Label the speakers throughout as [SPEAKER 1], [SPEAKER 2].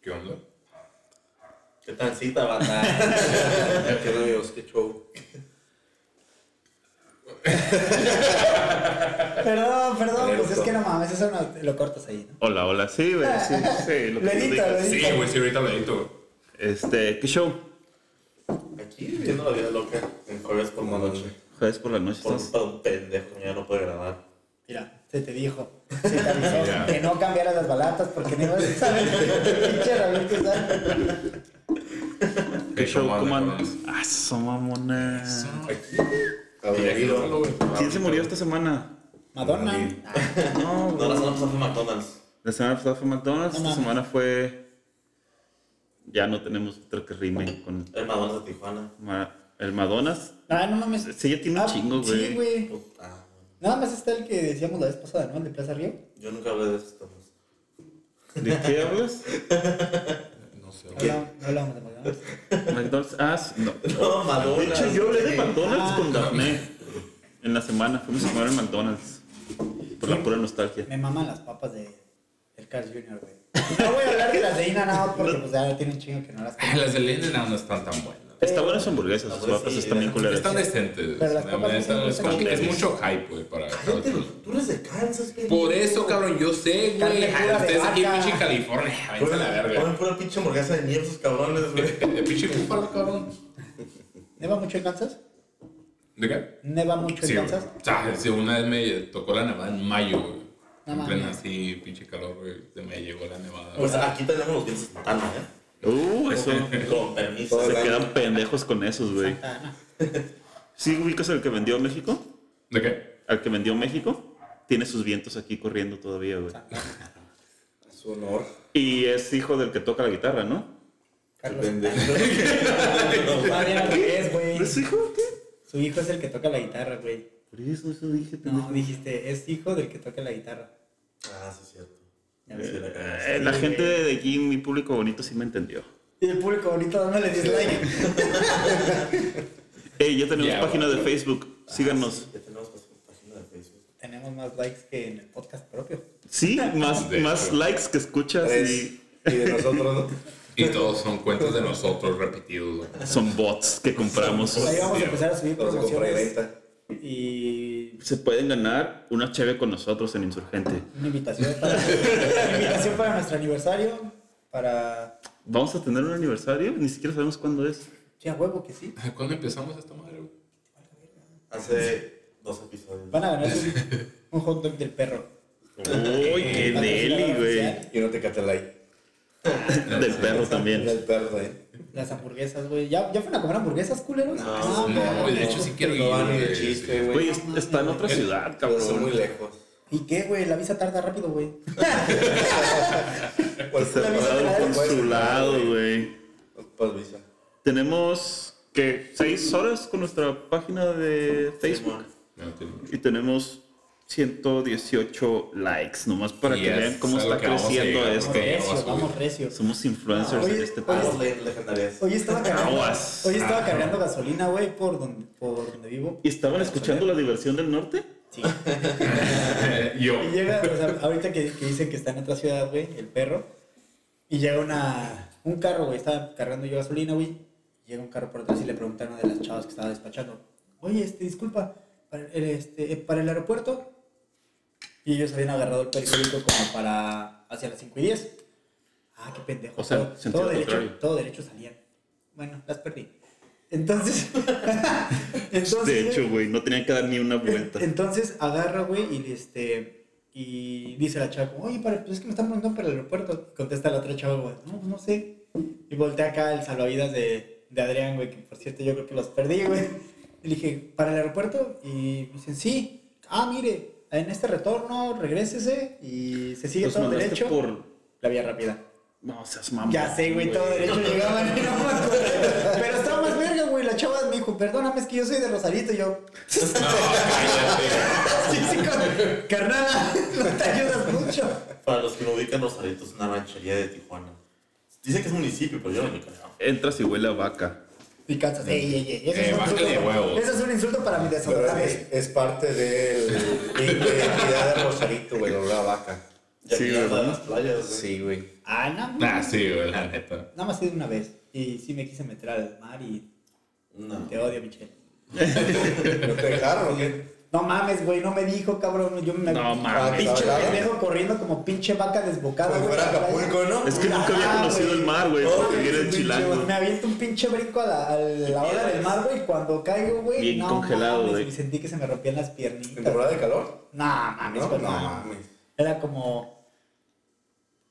[SPEAKER 1] ¿Qué onda?
[SPEAKER 2] ¿Qué tan cita, banda?
[SPEAKER 3] ¿Qué onda, amigos? ¿Qué show?
[SPEAKER 4] Perdón, perdón, pues es
[SPEAKER 3] Alerta.
[SPEAKER 4] que no mames, eso no, lo cortas ahí, ¿no?
[SPEAKER 5] Hola, hola, sí, güey, sí, sí, lo que
[SPEAKER 4] Lo
[SPEAKER 5] tú
[SPEAKER 4] edito,
[SPEAKER 5] digas.
[SPEAKER 4] lo edito.
[SPEAKER 1] Sí, güey, sí, ahorita lo edito.
[SPEAKER 5] Este, ¿qué show?
[SPEAKER 2] Aquí viviendo la vida loca. En jueves por la noche.
[SPEAKER 5] Jueves por la noche
[SPEAKER 2] Por
[SPEAKER 5] estás.
[SPEAKER 2] un un pendejo, ya no puede grabar.
[SPEAKER 4] Mira, se te dijo, se te avisó
[SPEAKER 1] Ya.
[SPEAKER 4] que no cambiaras las balatas porque no ibas a saber pinche Raúl que está.
[SPEAKER 5] ¿Qué
[SPEAKER 1] Sí,
[SPEAKER 5] show?
[SPEAKER 1] ¿cómo
[SPEAKER 5] ¿Cómo
[SPEAKER 1] andas?
[SPEAKER 5] andas? Ah, so mamona.
[SPEAKER 1] Aquí.
[SPEAKER 3] Aburrido.
[SPEAKER 5] ¿Quién se murió esta semana?
[SPEAKER 4] Madonna.
[SPEAKER 3] Sí.
[SPEAKER 4] Ah,
[SPEAKER 5] No,
[SPEAKER 2] No, la
[SPEAKER 5] güey.
[SPEAKER 2] semana pasada fue McDonald's.
[SPEAKER 5] La semana pasada fue McDonald's,
[SPEAKER 4] No
[SPEAKER 5] esta
[SPEAKER 4] mames.
[SPEAKER 5] semana fue. Ya no tenemos otra que rime con
[SPEAKER 2] El McDonald's de Tijuana.
[SPEAKER 5] Ma- el Madonas.
[SPEAKER 4] ah, no mames.
[SPEAKER 5] Sí, ya tiene un
[SPEAKER 4] Ah,
[SPEAKER 5] chingo, güey.
[SPEAKER 4] Sí, güey.
[SPEAKER 2] Puta.
[SPEAKER 4] Nada más está el que decíamos la vez pasada, ¿no? El de Plaza Río.
[SPEAKER 2] Yo nunca hablé de esto.
[SPEAKER 5] ¿De qué hablas?
[SPEAKER 1] No sé.
[SPEAKER 4] No hablamos- no hablamos de McDonald's.
[SPEAKER 5] McDonald's. Ah, sí, no.
[SPEAKER 2] No,
[SPEAKER 5] De
[SPEAKER 2] McDonald's.
[SPEAKER 5] hecho, yo hablé de
[SPEAKER 2] Sí.
[SPEAKER 5] McDonald's
[SPEAKER 4] Ah.
[SPEAKER 5] con Daphne en la semana. Fuimos a comer en McDonald's. Por la pura nostalgia.
[SPEAKER 4] Me maman las papas de el Carl Jr., güey. No voy a hablar de las de Ina nada porque pues ya tiene un chingo que no las como.
[SPEAKER 6] Las de Leyenda no están tan buenas.
[SPEAKER 5] Está buenas hamburguesas, sus
[SPEAKER 2] Pues
[SPEAKER 5] papas
[SPEAKER 2] sí,
[SPEAKER 5] están bien
[SPEAKER 2] eh,
[SPEAKER 5] culeras.
[SPEAKER 6] Están decentes.
[SPEAKER 4] Pero las
[SPEAKER 6] la
[SPEAKER 4] papas
[SPEAKER 6] neta,
[SPEAKER 4] no
[SPEAKER 6] es,
[SPEAKER 4] son
[SPEAKER 6] como que es
[SPEAKER 5] tan
[SPEAKER 6] mucho hype, güey, para
[SPEAKER 2] Gente,
[SPEAKER 6] otros.
[SPEAKER 2] tú eres de Kansas, güey.
[SPEAKER 6] Por eso, cabrón, yo sé, güey.
[SPEAKER 4] Carne pura
[SPEAKER 6] Ah,
[SPEAKER 4] de
[SPEAKER 6] Ustedes aquí en
[SPEAKER 4] vaca.
[SPEAKER 6] pinche California, váyanse a la verga.
[SPEAKER 2] Ponen pura pinche hamburguesa de mierda esos cabrones, güey.
[SPEAKER 6] De pinche búfalo, cabrón.
[SPEAKER 4] ¿Neva mucho en Kansas?
[SPEAKER 6] ¿De qué?
[SPEAKER 4] ¿Neva mucho
[SPEAKER 6] Sí,
[SPEAKER 4] en
[SPEAKER 6] güey.
[SPEAKER 4] Kansas?
[SPEAKER 6] O sea, sí, una vez me tocó la nevada en mayo, güey.
[SPEAKER 4] No
[SPEAKER 6] en
[SPEAKER 4] mames.
[SPEAKER 6] plena así, pinche calor, güey. Se me llegó la nevada.
[SPEAKER 2] Pues aquí tenemos los dientes tan, ¿eh?
[SPEAKER 5] Uh, eso.
[SPEAKER 2] Con permiso.
[SPEAKER 3] Todo el
[SPEAKER 5] Se
[SPEAKER 3] año.
[SPEAKER 5] quedan pendejos con esos, güey.
[SPEAKER 4] Santa Ana.
[SPEAKER 5] ¿Sí ubicas al que vendió a México?
[SPEAKER 6] ¿De qué?
[SPEAKER 5] Al que vendió a México. Tiene sus vientos aquí corriendo todavía, güey.
[SPEAKER 3] A su honor.
[SPEAKER 5] Y es hijo del que toca la guitarra, ¿no?
[SPEAKER 4] Carlos
[SPEAKER 3] Depende.
[SPEAKER 4] Santana. Todavía no es, güey.
[SPEAKER 5] ¿No es hijo o qué?
[SPEAKER 4] Su hijo es el que toca la guitarra, güey.
[SPEAKER 5] Por eso, eso dije.
[SPEAKER 4] No,
[SPEAKER 5] pendejo.
[SPEAKER 4] dijiste, es hijo del que toca la guitarra.
[SPEAKER 2] Ah, sí, es cierto.
[SPEAKER 4] Ya ves.
[SPEAKER 5] Eh, la gente de aquí, mi público bonito, sí me entendió.
[SPEAKER 4] Y el público bonito dándole dislike.
[SPEAKER 5] Ey, ya tenemos
[SPEAKER 6] Ya,
[SPEAKER 5] página de Facebook. Síganos.
[SPEAKER 2] Ya tenemos pues, página de Facebook.
[SPEAKER 4] Tenemos más likes que en el podcast propio.
[SPEAKER 5] Sí, más,
[SPEAKER 6] De
[SPEAKER 5] más
[SPEAKER 6] hecho.
[SPEAKER 5] likes que escuchas
[SPEAKER 3] Tres.
[SPEAKER 5] y
[SPEAKER 3] Y de nosotros,
[SPEAKER 6] Y todos son cuentos de nosotros repetidos, güey.
[SPEAKER 5] son bots que compramos.
[SPEAKER 4] Pues ahí vamos a empezar a subir
[SPEAKER 3] no se compra y
[SPEAKER 4] promociones.
[SPEAKER 3] venta.
[SPEAKER 4] Y
[SPEAKER 5] Se pueden ganar una cheve con nosotros en Insurgente.
[SPEAKER 4] una invitación para, una invitación para nuestro aniversario. Para.
[SPEAKER 5] Vamos a tener un aniversario, ni siquiera sabemos cuándo es.
[SPEAKER 4] Sí, a huevo que sí.
[SPEAKER 6] ¿Cuándo empezamos esta madre, güey?
[SPEAKER 2] Hace dos episodios.
[SPEAKER 4] Van a ganar un, un hot dog del perro.
[SPEAKER 5] Uy, qué deli,
[SPEAKER 4] Patrocinador
[SPEAKER 5] güey.
[SPEAKER 4] oficial.
[SPEAKER 3] Y no te cate like.
[SPEAKER 5] Del perro también.
[SPEAKER 3] El
[SPEAKER 2] ¿eh?
[SPEAKER 3] perro ahí.
[SPEAKER 4] Las hamburguesas, güey. ¿Ya, ¿Ya fueron a comer hamburguesas, culeros? Ah,
[SPEAKER 2] No,
[SPEAKER 6] No, güey, de hecho sí quiero ir, güey.
[SPEAKER 3] chiste,
[SPEAKER 5] Güey, es- Pues, está en otra ciudad,
[SPEAKER 3] Está muy
[SPEAKER 5] cabrón.
[SPEAKER 3] lejos.
[SPEAKER 4] ¿Y qué, güey? La visa tarda rápido, güey.
[SPEAKER 3] Pues
[SPEAKER 5] Cerrado
[SPEAKER 4] La
[SPEAKER 5] el consulado, güey.
[SPEAKER 3] Pues visa.
[SPEAKER 5] Tenemos que seis horas con nuestra página de Facebook
[SPEAKER 6] No, tiene mucho.
[SPEAKER 5] y tenemos 118 likes, nomás para
[SPEAKER 6] Y
[SPEAKER 5] que
[SPEAKER 6] es
[SPEAKER 5] vean cómo
[SPEAKER 6] a lo
[SPEAKER 5] está
[SPEAKER 6] que vamos a
[SPEAKER 5] creciendo
[SPEAKER 6] llegar,
[SPEAKER 5] esto.
[SPEAKER 6] porque-
[SPEAKER 4] Recio,
[SPEAKER 6] vamos a subir.
[SPEAKER 4] vamos recio.
[SPEAKER 5] Somos influencers
[SPEAKER 4] Oye,
[SPEAKER 5] en este
[SPEAKER 4] oye,
[SPEAKER 5] país.
[SPEAKER 2] Dos le- legendarias.
[SPEAKER 4] Hoy estaba cargando,
[SPEAKER 5] Aguas. Ah.
[SPEAKER 4] hoy estaba cargando gasolina, güey, por donde, por donde vivo.
[SPEAKER 5] ¿Y estaban escuchando la diversión del norte?
[SPEAKER 4] Sí.
[SPEAKER 6] Yo.
[SPEAKER 4] Y llega, o sea, ahorita que, que dicen que está en otra ciudad, güey, el perro. Y llega una, un carro, güey, estaba cargando yo gasolina, güey. y Llega un carro por atrás y le pregunta a una de las chavas que estaba despachando. Oye, este, disculpa, para el, este, eh, ¿para el aeropuerto? Y ellos habían agarrado el periférico como para hacia las 5 y 10. Ah, qué pendejo.
[SPEAKER 5] O sea,
[SPEAKER 4] todo,
[SPEAKER 5] sentido
[SPEAKER 4] todo derecho,
[SPEAKER 5] contrario.
[SPEAKER 4] todo derecho salían. Bueno, las perdí. Entonces, entonces
[SPEAKER 5] De hecho, güey, no tenían que dar ni una vuelta.
[SPEAKER 4] entonces agarra, güey, y este. Y dice la chava, como, oye, para, pues es que me están preguntando para el aeropuerto. Contesta la otra chava, güey, no, pues no sé. Y voltea acá el salvavidas de, de Adrián, güey, que por cierto yo creo que los perdí, güey. Y le dije, ¿para el aeropuerto? Y me dicen, sí. Ah, mire, en este retorno, regrésese y se sigue
[SPEAKER 5] Los
[SPEAKER 4] todo
[SPEAKER 5] mandaste
[SPEAKER 4] derecho.
[SPEAKER 5] por... Ah,
[SPEAKER 4] La vía rápida.
[SPEAKER 5] No, seas mamón.
[SPEAKER 4] Ya sé, güey, todo derecho llegaban y no me acuerdo. Pero estaba más verga, güey. La chava me dijo, perdóname, es que yo soy de Rosarito. Y yo,
[SPEAKER 6] No, cállate.
[SPEAKER 4] Sí, sí, con- carnala, no te ayudas mucho.
[SPEAKER 2] Para los que no ubican, Rosarito es una ranchería de Tijuana. Dicen que es municipio, pero yo no lo conozco.
[SPEAKER 5] Entras y huele a vaca.
[SPEAKER 4] Y cansas. Ey, ey, ey. Eso,
[SPEAKER 6] Eh,
[SPEAKER 4] es un
[SPEAKER 6] bájale
[SPEAKER 4] insulto,
[SPEAKER 6] de huevos.
[SPEAKER 4] eso es un insulto para mi
[SPEAKER 3] Pero eh,
[SPEAKER 4] desodorante.
[SPEAKER 3] es, es parte del- de la identidad de Rosarito, güey, la vaca.
[SPEAKER 2] Ya
[SPEAKER 5] Sí,
[SPEAKER 2] que ya
[SPEAKER 5] güey.
[SPEAKER 2] está en las playas, güey.
[SPEAKER 3] Sí, güey.
[SPEAKER 4] Ah, nada más.
[SPEAKER 6] Ah, sí, güey, la neta.
[SPEAKER 4] Nada más he ido una vez. Y sí me quise meter al mar y
[SPEAKER 2] No.
[SPEAKER 4] te odio, Michelle.
[SPEAKER 3] ¿No te dejaron o qué?
[SPEAKER 4] No mames, güey, no me dijo, cabrón. Yo me
[SPEAKER 5] No mames.
[SPEAKER 4] Pinche
[SPEAKER 3] ¿Claro?
[SPEAKER 4] pendejo corriendo como pinche vaca desbocada,
[SPEAKER 3] Como
[SPEAKER 4] güey.
[SPEAKER 3] fuera Acapulco, ¿no?
[SPEAKER 5] Es que nunca había
[SPEAKER 4] Ah,
[SPEAKER 5] conocido
[SPEAKER 4] güey.
[SPEAKER 5] el mar, güey, porque
[SPEAKER 3] Obvio,
[SPEAKER 5] viene el
[SPEAKER 3] pinche
[SPEAKER 5] chilango.
[SPEAKER 4] Pues Me aviento un pinche brinco a la, a la ola del mar, güey. y Cuando caigo, güey.
[SPEAKER 5] Bien
[SPEAKER 4] no,
[SPEAKER 5] congelado,
[SPEAKER 4] mames,
[SPEAKER 5] güey.
[SPEAKER 4] y Sentí que se me rompían las piernitas.
[SPEAKER 3] ¿En temporada de calor?
[SPEAKER 4] No, mames,
[SPEAKER 3] No,
[SPEAKER 4] güey,
[SPEAKER 3] no
[SPEAKER 4] no.
[SPEAKER 3] mames.
[SPEAKER 4] Era como.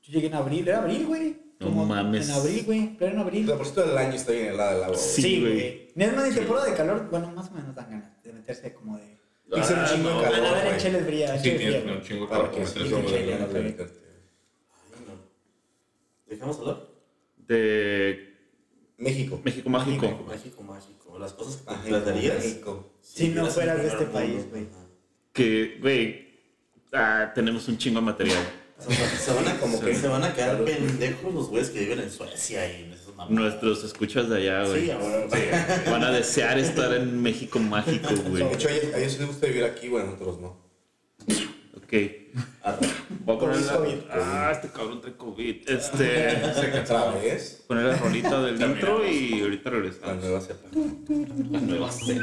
[SPEAKER 4] Yo llegué en abril, era abril, güey.
[SPEAKER 5] No
[SPEAKER 4] Como
[SPEAKER 5] mames.
[SPEAKER 4] En abril, güey. Pero en
[SPEAKER 3] El
[SPEAKER 4] abril.
[SPEAKER 3] depósito del año está bien helada el agua. güey.
[SPEAKER 5] Sí, güey.
[SPEAKER 4] Ni es más ni temporada de calor. Bueno, más o menos dan ganas de meterse como de.
[SPEAKER 3] Y hace un
[SPEAKER 6] Ah,
[SPEAKER 3] chingo de
[SPEAKER 6] no,
[SPEAKER 4] A
[SPEAKER 3] calor,
[SPEAKER 4] nadar en
[SPEAKER 3] güey.
[SPEAKER 4] cheles fría. en
[SPEAKER 6] Sí,
[SPEAKER 4] cheles
[SPEAKER 6] tienes
[SPEAKER 4] fría,
[SPEAKER 6] un chingo
[SPEAKER 3] Para que
[SPEAKER 6] para
[SPEAKER 3] sí,
[SPEAKER 4] sí,
[SPEAKER 3] güey,
[SPEAKER 4] sí,
[SPEAKER 3] no
[SPEAKER 4] sí.
[SPEAKER 3] te meterte.
[SPEAKER 2] Ay, no. ¿Dejamos hablar?
[SPEAKER 5] De
[SPEAKER 3] México.
[SPEAKER 5] México Mágico.
[SPEAKER 2] Mágico, mágico. Las cosas que
[SPEAKER 3] Ajá,
[SPEAKER 2] te tratarías.
[SPEAKER 3] México.
[SPEAKER 4] Si no fueras de este país, güey.
[SPEAKER 5] Que, güey, ah, tenemos un chingo de material.
[SPEAKER 2] Se van, a,
[SPEAKER 3] Como
[SPEAKER 2] se-
[SPEAKER 3] que-
[SPEAKER 2] se van a quedar pendejos los güeyes que viven en Suecia y en esos mamadas.
[SPEAKER 5] Nuestros escuchas de allá, güey.
[SPEAKER 2] Sí, ahora.
[SPEAKER 5] Van a desear estar en México Mágico, güey.
[SPEAKER 4] No.
[SPEAKER 3] De hecho, a ellos, a ellos sí les gusta vivir aquí, güey, a nosotros no.
[SPEAKER 5] Ok. Voy a poner
[SPEAKER 4] COVID.
[SPEAKER 5] la... Ah, este cabrón trae COVID. Este...
[SPEAKER 3] Se cansaba, ¿ves?
[SPEAKER 5] Poner la rolita del intro y ahorita
[SPEAKER 3] La
[SPEAKER 5] regresamos.
[SPEAKER 3] nueva cepa.
[SPEAKER 5] La nueva serie.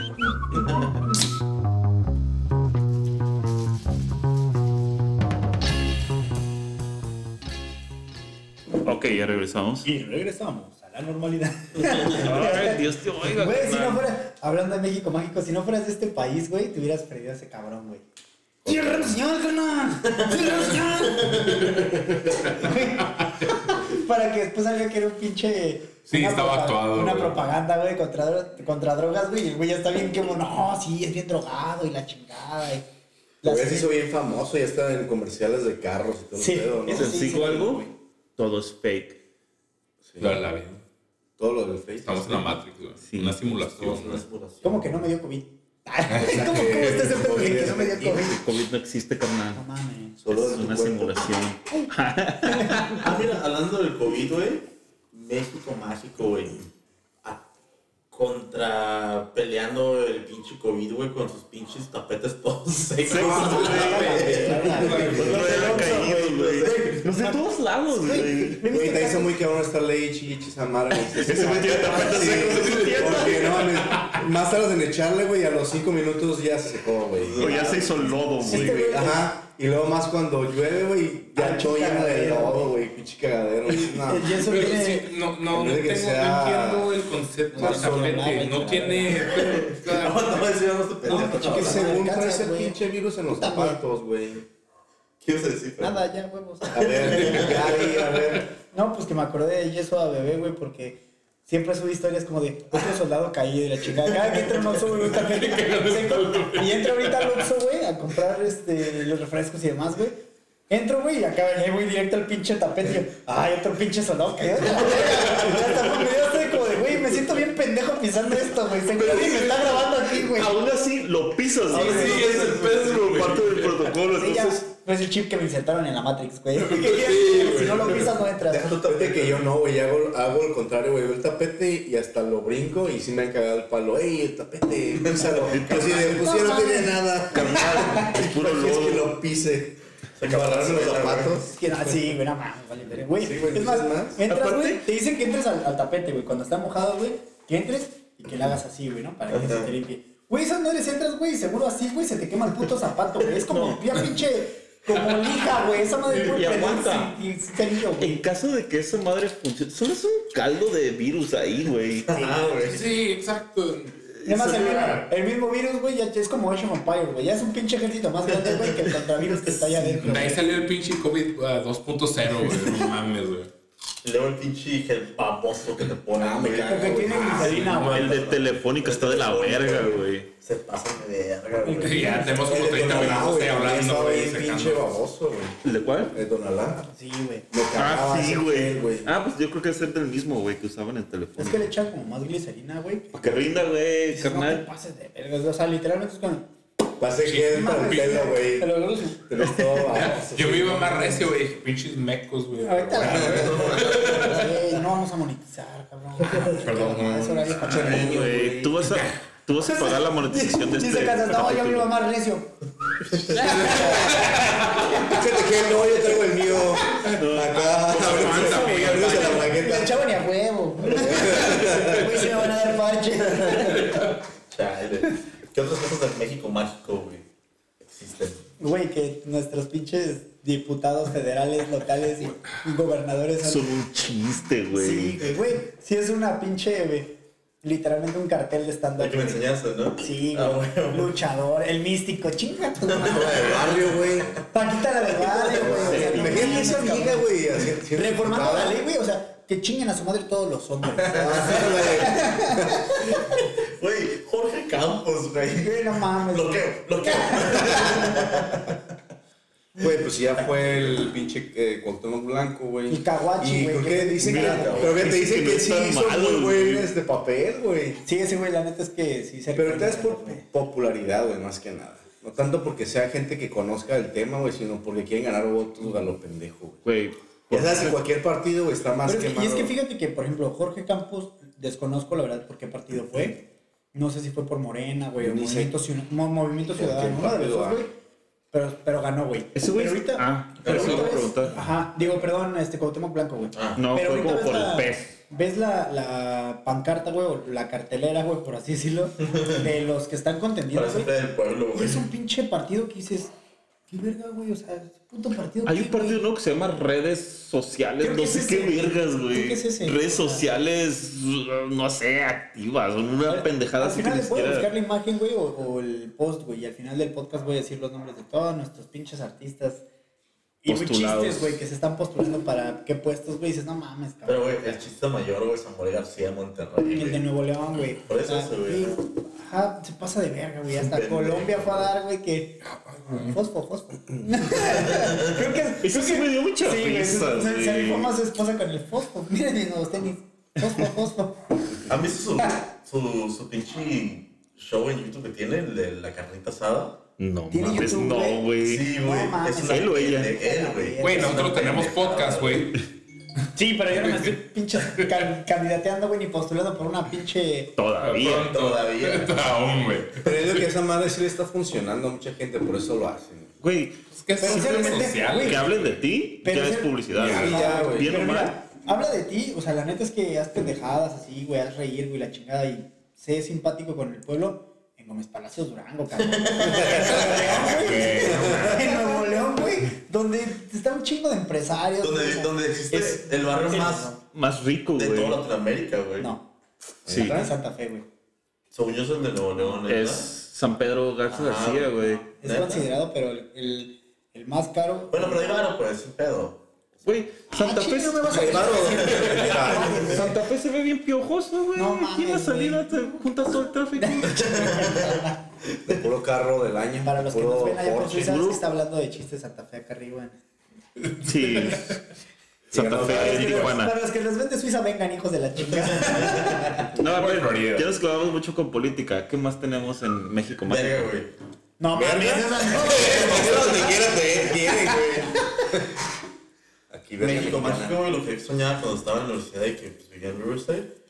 [SPEAKER 5] Ok, ya regresamos.
[SPEAKER 4] Y regresamos a la normalidad.
[SPEAKER 5] Ay, Dios te oiga.
[SPEAKER 4] Güey, si
[SPEAKER 5] carnal.
[SPEAKER 4] no fuera, hablando de México Mágico, si no fueras de este país, güey, te hubieras perdido a ese cabrón, güey. ¡Cierra el señor, carnal! ¡Cierra el señor! Para que después salga que era un pinche.
[SPEAKER 6] Sí,
[SPEAKER 4] una
[SPEAKER 6] estaba
[SPEAKER 4] propa-
[SPEAKER 6] actuado,
[SPEAKER 4] Una
[SPEAKER 6] güey.
[SPEAKER 4] propaganda, güey, contra, dro- contra drogas, güey. Y el güey ya está bien que, no, sí, es bien drogado y la chingada. Y
[SPEAKER 3] Lo
[SPEAKER 4] la
[SPEAKER 3] ves, hizo bien famoso, ya está en comerciales de carros y todo
[SPEAKER 4] Sí,
[SPEAKER 3] el pedo, ¿no?
[SPEAKER 4] eso
[SPEAKER 5] ¿Te
[SPEAKER 4] sí.
[SPEAKER 5] digo algo?
[SPEAKER 4] güey.
[SPEAKER 5] Todo es fake.
[SPEAKER 3] Sí.
[SPEAKER 6] La, la vida.
[SPEAKER 3] Todo lo del Facebook.
[SPEAKER 6] Estamos en la Matrix, güey.
[SPEAKER 5] Sí.
[SPEAKER 6] Una
[SPEAKER 2] Todos
[SPEAKER 6] simulación,
[SPEAKER 2] una
[SPEAKER 6] güey.
[SPEAKER 2] exploración.
[SPEAKER 4] ¿Cómo que no me dio COVID? ¿Cómo, cómo está ese pedo de que no me dio COVID?
[SPEAKER 5] El COVID no existe,
[SPEAKER 4] No
[SPEAKER 5] carnal.
[SPEAKER 4] mames.
[SPEAKER 3] Solo
[SPEAKER 5] es
[SPEAKER 3] en tu
[SPEAKER 5] una
[SPEAKER 3] cuerpo.
[SPEAKER 5] simulación.
[SPEAKER 2] Ah, mira, hablando del COVID, güey. México mágico, güey. Ah, Contra peleando el pinche COVID, güey, con sus pinches tapetes todos secos.
[SPEAKER 3] Pues
[SPEAKER 5] No había caído, güey. Los de todos lados, güey.
[SPEAKER 3] Güey, te hizo muy cabrón estarle ahí chichi esa madre. Ese
[SPEAKER 5] güey tiene tapetes secos, ese tiene.
[SPEAKER 3] Porque no mames, más tardas en echarle, güey, y a los 5 minutos ya se secó, güey.
[SPEAKER 5] O ya se hizo lodo,
[SPEAKER 3] Sí,
[SPEAKER 5] güey.
[SPEAKER 3] güey, ajá. Y luego más cuando llueve, güey, ya
[SPEAKER 4] Ah,
[SPEAKER 3] todo lleno de
[SPEAKER 4] cagadero,
[SPEAKER 3] lodo, güey, pinche cagadero. No.
[SPEAKER 4] El yeso
[SPEAKER 6] Pero
[SPEAKER 4] tiene-
[SPEAKER 6] sí, no, no,
[SPEAKER 3] en
[SPEAKER 6] no,
[SPEAKER 3] vez de que
[SPEAKER 6] tengo-
[SPEAKER 3] sea
[SPEAKER 6] no entiendo el concepto
[SPEAKER 3] más
[SPEAKER 6] de tapete.
[SPEAKER 4] sobrelado,
[SPEAKER 6] No
[SPEAKER 4] güey,
[SPEAKER 6] tiene.
[SPEAKER 2] No, no, ese era nuestro
[SPEAKER 4] No,
[SPEAKER 2] pendejo.
[SPEAKER 3] Que
[SPEAKER 4] chiquis-
[SPEAKER 2] chaval.
[SPEAKER 3] según
[SPEAKER 4] Alcanza,
[SPEAKER 3] trae ese
[SPEAKER 4] güey.
[SPEAKER 3] pinche virus en los
[SPEAKER 4] Puta, güey.
[SPEAKER 3] zapatos, güey.
[SPEAKER 2] ¿Qué ibas a decir? Fran?
[SPEAKER 4] Nada, ya, huevos.
[SPEAKER 3] A ver, ya ahí, a ver.
[SPEAKER 4] No, pues que me acordé de Yeso a bebé, güey, porque siempre sube historias como de otro soldado caído y la chica. Cada que entra un Oxxo, güey, está gente Y entra ahorita al Oxxo, güey, a comprar este, los refrescos y demás, güey. Entro, güey, y acá venía, güey, directo al pinche tapete. y yo, ay, otro pinche soldado caído. Ya hasta me dio hasta como de, güey, me siento bien pendejo pisando esto, güey. Se me está grabando aquí, güey.
[SPEAKER 5] Aún así, lo pisas, güey.
[SPEAKER 4] sí,
[SPEAKER 5] Sí, es el pedo, güey. parte del protocolo.
[SPEAKER 4] Sí, ya,
[SPEAKER 5] Entonces,
[SPEAKER 4] no es el chip que me insertaron en la Matrix, güey. si no lo pisas, no entras.
[SPEAKER 3] Deja tu tapete que yo no, güey. Hago, hago el contrario, güey. Veo el tapete y hasta lo brinco y sí me han cagado el palo. ¡Ey, el tapete! Písalo. Pero si de pues, sí, no tiene nada.
[SPEAKER 5] carnal, es puro
[SPEAKER 3] Así es que
[SPEAKER 5] lodo.
[SPEAKER 3] lo pise. Embarrarme los zapatos.
[SPEAKER 4] Es que no, sí, güey, no mames, vale, verga, güey.
[SPEAKER 3] Sí, güey,
[SPEAKER 4] es más,
[SPEAKER 3] ¿es más?
[SPEAKER 4] entras,
[SPEAKER 5] Aparte-
[SPEAKER 4] güey, te dicen que entres al, al tapete, güey, cuando está mojado, güey, que entres y que le hagas así, güey, ¿no? Para que se te limpie. Güey, esas madres entras, güey, y seguro así, güey, se te quema el puto zapato, güey. Es como ya pinche, como lija, güey, esa madre
[SPEAKER 5] Y
[SPEAKER 4] puro
[SPEAKER 5] aguanta.
[SPEAKER 4] Y, y salido,
[SPEAKER 5] En
[SPEAKER 4] güey.
[SPEAKER 5] caso de que esa madre funcione, solo es un caldo de virus ahí, güey.
[SPEAKER 2] Ah, güey.
[SPEAKER 6] Sí, exacto.
[SPEAKER 5] Eh,
[SPEAKER 4] Además, el mismo, el mismo virus, güey, ya ya es como Ocean Empire, güey. Ya es un pinche ejército más grande, güey, que el contravirus que está allá adentro.
[SPEAKER 6] De ahí
[SPEAKER 4] güey.
[SPEAKER 6] salió el pinche COVID ah, 2.0, güey. No mames, güey.
[SPEAKER 2] Y luego el pinche gel baboso que te pone.
[SPEAKER 3] Ah, me
[SPEAKER 2] güey.
[SPEAKER 3] cago,
[SPEAKER 4] Porque tiene glicerina, güey.
[SPEAKER 5] El de Telefónica está de la verga, güey.
[SPEAKER 2] Se pasan de verga,
[SPEAKER 6] Sí,
[SPEAKER 2] güey.
[SPEAKER 6] ya tenemos como 30
[SPEAKER 3] Donalá,
[SPEAKER 6] minutos ahí
[SPEAKER 3] güey.
[SPEAKER 6] hablando,
[SPEAKER 3] Estaba
[SPEAKER 6] güey.
[SPEAKER 3] bien pinche
[SPEAKER 6] sacando.
[SPEAKER 3] baboso, güey.
[SPEAKER 5] ¿El de cuál?
[SPEAKER 3] El Donalá.
[SPEAKER 4] Sí, güey.
[SPEAKER 3] Me cagaba
[SPEAKER 5] Ah, sí,
[SPEAKER 3] ese
[SPEAKER 5] güey.
[SPEAKER 3] gel, güey.
[SPEAKER 5] Ah, pues yo creo que es el del mismo, güey, que usaban en
[SPEAKER 4] Es que
[SPEAKER 5] Telefónica.
[SPEAKER 4] le echan como más glicerina, güey.
[SPEAKER 5] Para que rinda, güey,
[SPEAKER 4] Dices, No te
[SPEAKER 5] carnal.
[SPEAKER 4] pases de verga. O sea, literalmente es con.
[SPEAKER 3] Pase gel para el pelo, güey.
[SPEAKER 4] Te lo digo.
[SPEAKER 3] Te lo todo baboso.
[SPEAKER 6] Yo me iba más recio, güey. dije, Pinches mecos, güey.
[SPEAKER 4] Ahorita la
[SPEAKER 6] Pero,
[SPEAKER 4] Ey, No vamos a monetizar, cabrón.
[SPEAKER 6] Perdón, no.
[SPEAKER 4] Es horario para-
[SPEAKER 3] Ay,
[SPEAKER 5] Güey, tú vas a, tú vas a pagar la monetización de
[SPEAKER 4] Dice
[SPEAKER 5] este.
[SPEAKER 4] Casas, no, yo
[SPEAKER 5] capítulo.
[SPEAKER 4] vivo más recio.
[SPEAKER 3] Fíjate que no, yo traigo el mío. Acá.
[SPEAKER 6] Fanta,
[SPEAKER 3] Abrimos-
[SPEAKER 6] pues, amiga,
[SPEAKER 3] abrimos la
[SPEAKER 4] La
[SPEAKER 3] bragueta.
[SPEAKER 4] chava ni a huevo. Güey, se me van a dar parche.
[SPEAKER 2] Chale. ¿Qué otras cosas del México mágico, güey? Existen.
[SPEAKER 4] Güey, que nuestros pinches diputados federales, locales y gobernadores son-
[SPEAKER 5] Son un chiste, güey.
[SPEAKER 4] Sí, güey. Sí, es una pinche, güey. Literalmente un cartel de
[SPEAKER 2] La
[SPEAKER 4] stand-up.
[SPEAKER 2] que me enseñaste, ¿no?
[SPEAKER 4] Sí,
[SPEAKER 2] Ah,
[SPEAKER 4] güey.
[SPEAKER 2] bueno.
[SPEAKER 4] Luchador, el místico, chinga tu madre.
[SPEAKER 3] Toda de barrio, güey.
[SPEAKER 4] Paquita la del barrio, güey. o sea, no
[SPEAKER 3] Imagínate
[SPEAKER 4] mames,
[SPEAKER 3] esa vieja,
[SPEAKER 4] cabrón.
[SPEAKER 3] güey. así- siendo
[SPEAKER 4] Reformando
[SPEAKER 3] diputada.
[SPEAKER 4] la ley, güey. O sea, que chinguen a su madre todos los hombres.
[SPEAKER 3] Ah,
[SPEAKER 2] Güey, Jorge Campos, güey.
[SPEAKER 4] Güey, no mames. güey.
[SPEAKER 2] Bloqueo, bloqueo.
[SPEAKER 3] güey. Güey, pues ya fue el pinche eh, Cuauhtémoc Blanco, güey.
[SPEAKER 4] Y Caguachi,
[SPEAKER 3] Y
[SPEAKER 4] güey,
[SPEAKER 3] creo
[SPEAKER 4] que-
[SPEAKER 3] que dicen que.
[SPEAKER 5] Mira,
[SPEAKER 3] Pero fíjate,
[SPEAKER 5] dicen
[SPEAKER 3] dicen
[SPEAKER 5] que no
[SPEAKER 3] que
[SPEAKER 5] es
[SPEAKER 3] sí
[SPEAKER 5] tan
[SPEAKER 3] hizo
[SPEAKER 5] malo,
[SPEAKER 3] muy
[SPEAKER 5] güey.
[SPEAKER 3] buen este papel, güey.
[SPEAKER 4] Sí, ese güey, la neta es que sí se
[SPEAKER 3] Pero ahorita es por
[SPEAKER 4] güey.
[SPEAKER 3] popularidad, güey, más que nada. No tanto porque sea gente que conozca el tema, güey, sino porque quieren ganar votos a lo pendejo, güey.
[SPEAKER 5] Güey.
[SPEAKER 3] Ya sabes que cualquier partido, güey, está más
[SPEAKER 4] Pero es que- y es
[SPEAKER 3] quemado.
[SPEAKER 4] que fíjate que, por ejemplo, Jorge Campos, desconozco la verdad por qué partido fue. No sé si fue por Morena, güey, o
[SPEAKER 3] Ni sé.
[SPEAKER 4] Movimiento, Ciu- Mo- Movimiento
[SPEAKER 3] ¿Por qué
[SPEAKER 4] Ciudadano. uno de los
[SPEAKER 3] partido,
[SPEAKER 4] dos,
[SPEAKER 3] ah?
[SPEAKER 4] güey. Pero, pero ganó, güey.
[SPEAKER 5] Ese güey.
[SPEAKER 4] Pero ahorita-
[SPEAKER 5] Ah,
[SPEAKER 4] pero
[SPEAKER 5] pero se
[SPEAKER 4] ahorita
[SPEAKER 5] iba a
[SPEAKER 4] ves-
[SPEAKER 5] preguntar.
[SPEAKER 4] Ajá, digo, perdón, este Cuauhtémoc Blanco, güey.
[SPEAKER 2] Ah.
[SPEAKER 5] No,
[SPEAKER 4] Pero
[SPEAKER 5] fue
[SPEAKER 4] ahorita
[SPEAKER 5] como
[SPEAKER 4] ves
[SPEAKER 5] por
[SPEAKER 4] la-
[SPEAKER 5] el pez.
[SPEAKER 4] ¿Ves la, la pancarta, güey, o la cartelera, güey, por así decirlo, de los que están contendiendo,
[SPEAKER 2] Parece
[SPEAKER 4] güey?
[SPEAKER 2] gente del pueblo,
[SPEAKER 4] Y
[SPEAKER 2] güey.
[SPEAKER 4] es un pinche partido que dices, qué verga, güey, o sea, es un puto partido.
[SPEAKER 5] Hay
[SPEAKER 4] ¿qué,
[SPEAKER 5] un partido
[SPEAKER 4] güey?
[SPEAKER 5] ¿no? que se llama redes sociales,
[SPEAKER 4] Creo que
[SPEAKER 5] no
[SPEAKER 4] es
[SPEAKER 5] sé
[SPEAKER 4] ese.
[SPEAKER 5] qué vergas,
[SPEAKER 4] Creo
[SPEAKER 5] güey.
[SPEAKER 4] que es ese.
[SPEAKER 5] Redes sociales, no sé, activas, son una pendejada
[SPEAKER 4] Al
[SPEAKER 5] así que
[SPEAKER 4] final
[SPEAKER 5] ni
[SPEAKER 4] le puedo buscar
[SPEAKER 5] siquiera.
[SPEAKER 4] la imagen, güey, o, o el post, güey. Y al final del podcast voy a decir los nombres de todos nuestros pinches artistas. Y güey,
[SPEAKER 5] Postulados.
[SPEAKER 4] chistes, güey, que se están postulando para qué puestos, güey. Dices, no mames,
[SPEAKER 2] Pero,
[SPEAKER 4] cabrón.
[SPEAKER 2] güey, el chiste mayor, güey, Samuel García Monterrey.
[SPEAKER 4] el de
[SPEAKER 2] güey.
[SPEAKER 4] Nuevo León, güey.
[SPEAKER 2] Por eso
[SPEAKER 4] O sea,
[SPEAKER 2] ese, güey.
[SPEAKER 4] Ajá, se pasa de verga, güey. Hasta
[SPEAKER 2] Pendejo.
[SPEAKER 4] Colombia fue a dar, güey, que. Fosfo, fosfo. creo que. creo
[SPEAKER 5] Eso sí
[SPEAKER 4] que-
[SPEAKER 5] me dio mucha
[SPEAKER 4] Sí, güey. se-
[SPEAKER 5] risa,
[SPEAKER 4] se- Se
[SPEAKER 5] güey.
[SPEAKER 4] rifó más su esposa con el fosfo. Miren mis nuevos tenis. Fosfo, fosfo.
[SPEAKER 2] ¿Han visto su, su, su pinche show en YouTube que tiene, el de la carnita asada?
[SPEAKER 5] No
[SPEAKER 4] Tiene
[SPEAKER 5] mames,
[SPEAKER 4] YouTube,
[SPEAKER 5] no,
[SPEAKER 4] güey.
[SPEAKER 5] güey.
[SPEAKER 2] Sí,
[SPEAKER 4] No
[SPEAKER 2] güey.
[SPEAKER 4] mames.
[SPEAKER 2] es una-
[SPEAKER 5] Él o ella.
[SPEAKER 2] de Él, güey.
[SPEAKER 6] Güey, nosotros tenemos podcast, güey.
[SPEAKER 4] Sí, pero yo no me estoy pinche can- candidateando, güey, ni postulando por una pinche.
[SPEAKER 5] Todavía.
[SPEAKER 2] Todavía.
[SPEAKER 6] Aún, güey.
[SPEAKER 3] Pero es lo que esa madre sí le está funcionando a mucha gente, por eso lo hacen.
[SPEAKER 5] Güey,
[SPEAKER 6] Es que
[SPEAKER 4] Pero
[SPEAKER 6] son
[SPEAKER 4] sí,
[SPEAKER 6] redes
[SPEAKER 4] realmente,
[SPEAKER 6] sociales.
[SPEAKER 5] que hablen de ti,
[SPEAKER 4] Ah, Pero
[SPEAKER 5] ya
[SPEAKER 4] es
[SPEAKER 5] es
[SPEAKER 4] el-
[SPEAKER 5] publicidad,
[SPEAKER 3] Ya,
[SPEAKER 5] güey.
[SPEAKER 3] ya, güey.
[SPEAKER 5] Bien o
[SPEAKER 4] Pero
[SPEAKER 5] mal.
[SPEAKER 4] mira, habla de ti, o sea, la neta es que haz pendejadas así, güey, haz reír, güey, la chingada y sé simpático con el pueblo en Gómez Palacios Durango, cabrón. en Nuevo León, güey. En Nuevo León, güey, donde está un chingo de empresarios. güey, o
[SPEAKER 2] Donde,
[SPEAKER 4] sea,
[SPEAKER 2] donde existe
[SPEAKER 5] Es-
[SPEAKER 2] el barrio
[SPEAKER 4] sí,
[SPEAKER 2] más
[SPEAKER 5] Más rico,
[SPEAKER 2] de
[SPEAKER 5] güey.
[SPEAKER 2] toda Latinoamérica, güey.
[SPEAKER 4] No,
[SPEAKER 5] Sí.
[SPEAKER 4] en Santa Fe, güey.
[SPEAKER 2] Según yo es el de Nuevo León, ¿verdad?
[SPEAKER 5] Es San Pedro Garza
[SPEAKER 4] Ah,
[SPEAKER 2] Ajá.
[SPEAKER 5] García, güey.
[SPEAKER 4] Es
[SPEAKER 2] ¿Neta?
[SPEAKER 4] considerado, pero el, el, el más caro.
[SPEAKER 2] Bueno, pero ahí van, pues, sin pedo.
[SPEAKER 5] Güey, Santa
[SPEAKER 4] Ah,
[SPEAKER 5] Fe.
[SPEAKER 4] chinga, no me vas a decir
[SPEAKER 3] Claro.
[SPEAKER 4] que-
[SPEAKER 5] Santa Fe se ve bien piojoso, güey.
[SPEAKER 4] No
[SPEAKER 5] Aquí en la
[SPEAKER 4] mames,
[SPEAKER 5] salida te juntas todo el tráfico.
[SPEAKER 3] De puro carro del año.
[SPEAKER 4] Para los que
[SPEAKER 3] puro
[SPEAKER 4] nos ven allá por
[SPEAKER 3] Porsche.
[SPEAKER 4] Suiza, es que está hablando de chistes Santa Fe acá arriba. en-
[SPEAKER 5] Sí. Santa
[SPEAKER 3] no,
[SPEAKER 5] Fe
[SPEAKER 3] es
[SPEAKER 5] en
[SPEAKER 3] que-
[SPEAKER 5] Tijuana.
[SPEAKER 4] Para los que nos ven de Suiza, vengan hijos de la chingada.
[SPEAKER 5] No, a
[SPEAKER 6] Voy a
[SPEAKER 5] ver,
[SPEAKER 6] Florida.
[SPEAKER 5] ya nos clavamos mucho con política. ¿Qué más tenemos en México? Más?
[SPEAKER 2] Verga, güey.
[SPEAKER 4] No mames,
[SPEAKER 3] Verga.
[SPEAKER 4] esas no.
[SPEAKER 3] Eso donde quiera te quieren, güey. Aquí ves
[SPEAKER 2] México Mágico, güey, lo que soñaba cuando estaba en la universidad y que pues, vivía en Riverside,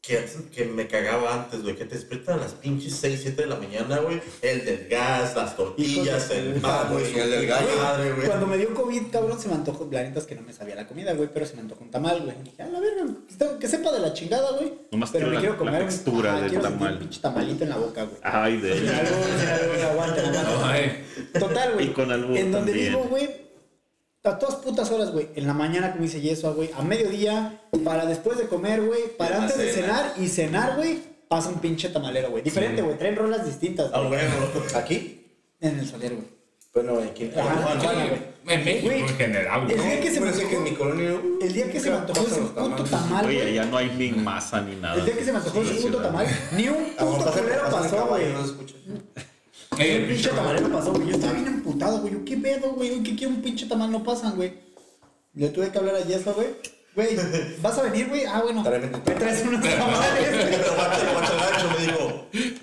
[SPEAKER 2] que, antes- que me cagaba antes, güey, que te despiertan a las pinches 6, 7 de la mañana, güey, el del gas, las tortillas,
[SPEAKER 4] Hijos de
[SPEAKER 2] el
[SPEAKER 4] puta,
[SPEAKER 2] pan, güey,
[SPEAKER 3] güey, el del gallo.
[SPEAKER 2] madre, güey.
[SPEAKER 4] Cuando me dio COVID, cabrón, se me antojó. La neta es que no me sabía la comida, güey, pero se me antojó un tamal, güey. Dije, a la verga, que está- que sepa de la chingada, güey.
[SPEAKER 5] Nomás
[SPEAKER 4] pero
[SPEAKER 5] quiero
[SPEAKER 4] me
[SPEAKER 5] la-
[SPEAKER 4] quiero
[SPEAKER 5] la
[SPEAKER 4] comer un-
[SPEAKER 5] textura
[SPEAKER 4] Ajá,
[SPEAKER 5] del
[SPEAKER 4] quiero sentir
[SPEAKER 5] tamal.
[SPEAKER 4] un pinche tamalito en la boca, güey.
[SPEAKER 5] Ay,
[SPEAKER 4] Sin
[SPEAKER 5] de
[SPEAKER 4] algo, sin algo, güey, aguanta, aguanta.
[SPEAKER 6] Ay,
[SPEAKER 4] Total, güey.
[SPEAKER 5] Y con albur
[SPEAKER 4] En donde
[SPEAKER 5] también.
[SPEAKER 4] vivo, güey. A todas putas horas, güey. En la mañana como hice yeso, güey. A mediodía, para después de comer, güey. Para
[SPEAKER 2] la
[SPEAKER 4] antes de
[SPEAKER 2] cena.
[SPEAKER 4] cenar y cenar, güey. Pasa un pinche tamalero, güey. Diferente, güey. Traen rolas distintas.
[SPEAKER 2] A
[SPEAKER 4] güey.
[SPEAKER 2] huevo.
[SPEAKER 3] Aquí.
[SPEAKER 4] En el solero, güey.
[SPEAKER 3] Bueno, aquí en
[SPEAKER 4] Ajá,
[SPEAKER 3] Tijuana.
[SPEAKER 4] en Tijuana, güey.
[SPEAKER 6] en México
[SPEAKER 4] Güey.
[SPEAKER 6] en general,
[SPEAKER 4] El
[SPEAKER 6] güey.
[SPEAKER 4] día que se me
[SPEAKER 3] Parece que en
[SPEAKER 4] antojó,
[SPEAKER 3] mi colonia.
[SPEAKER 4] el día que se me antojó ese puto tamal,
[SPEAKER 5] Oye,
[SPEAKER 4] güey.
[SPEAKER 5] allá no hay ni masa ni nada.
[SPEAKER 4] El día que se me antojó ese puto tamal, ni un puto culero pasó, güey.
[SPEAKER 6] Eh,
[SPEAKER 4] El pinche
[SPEAKER 6] pinche
[SPEAKER 4] tamalero pasó, güey. Yo estaba bien emputado, güey. Yo, ¿Qué pedo, güey? Yo, ¿Qué quiero un pinche tamal? No pasan, güey. Le tuve que hablar a Yesla, güey. Güey, ¿vas a venir, güey? Ah, bueno.
[SPEAKER 3] Tráeme tu
[SPEAKER 4] Me traes unos tamales.
[SPEAKER 2] Pero guacho, guacho, gacho, me dijo,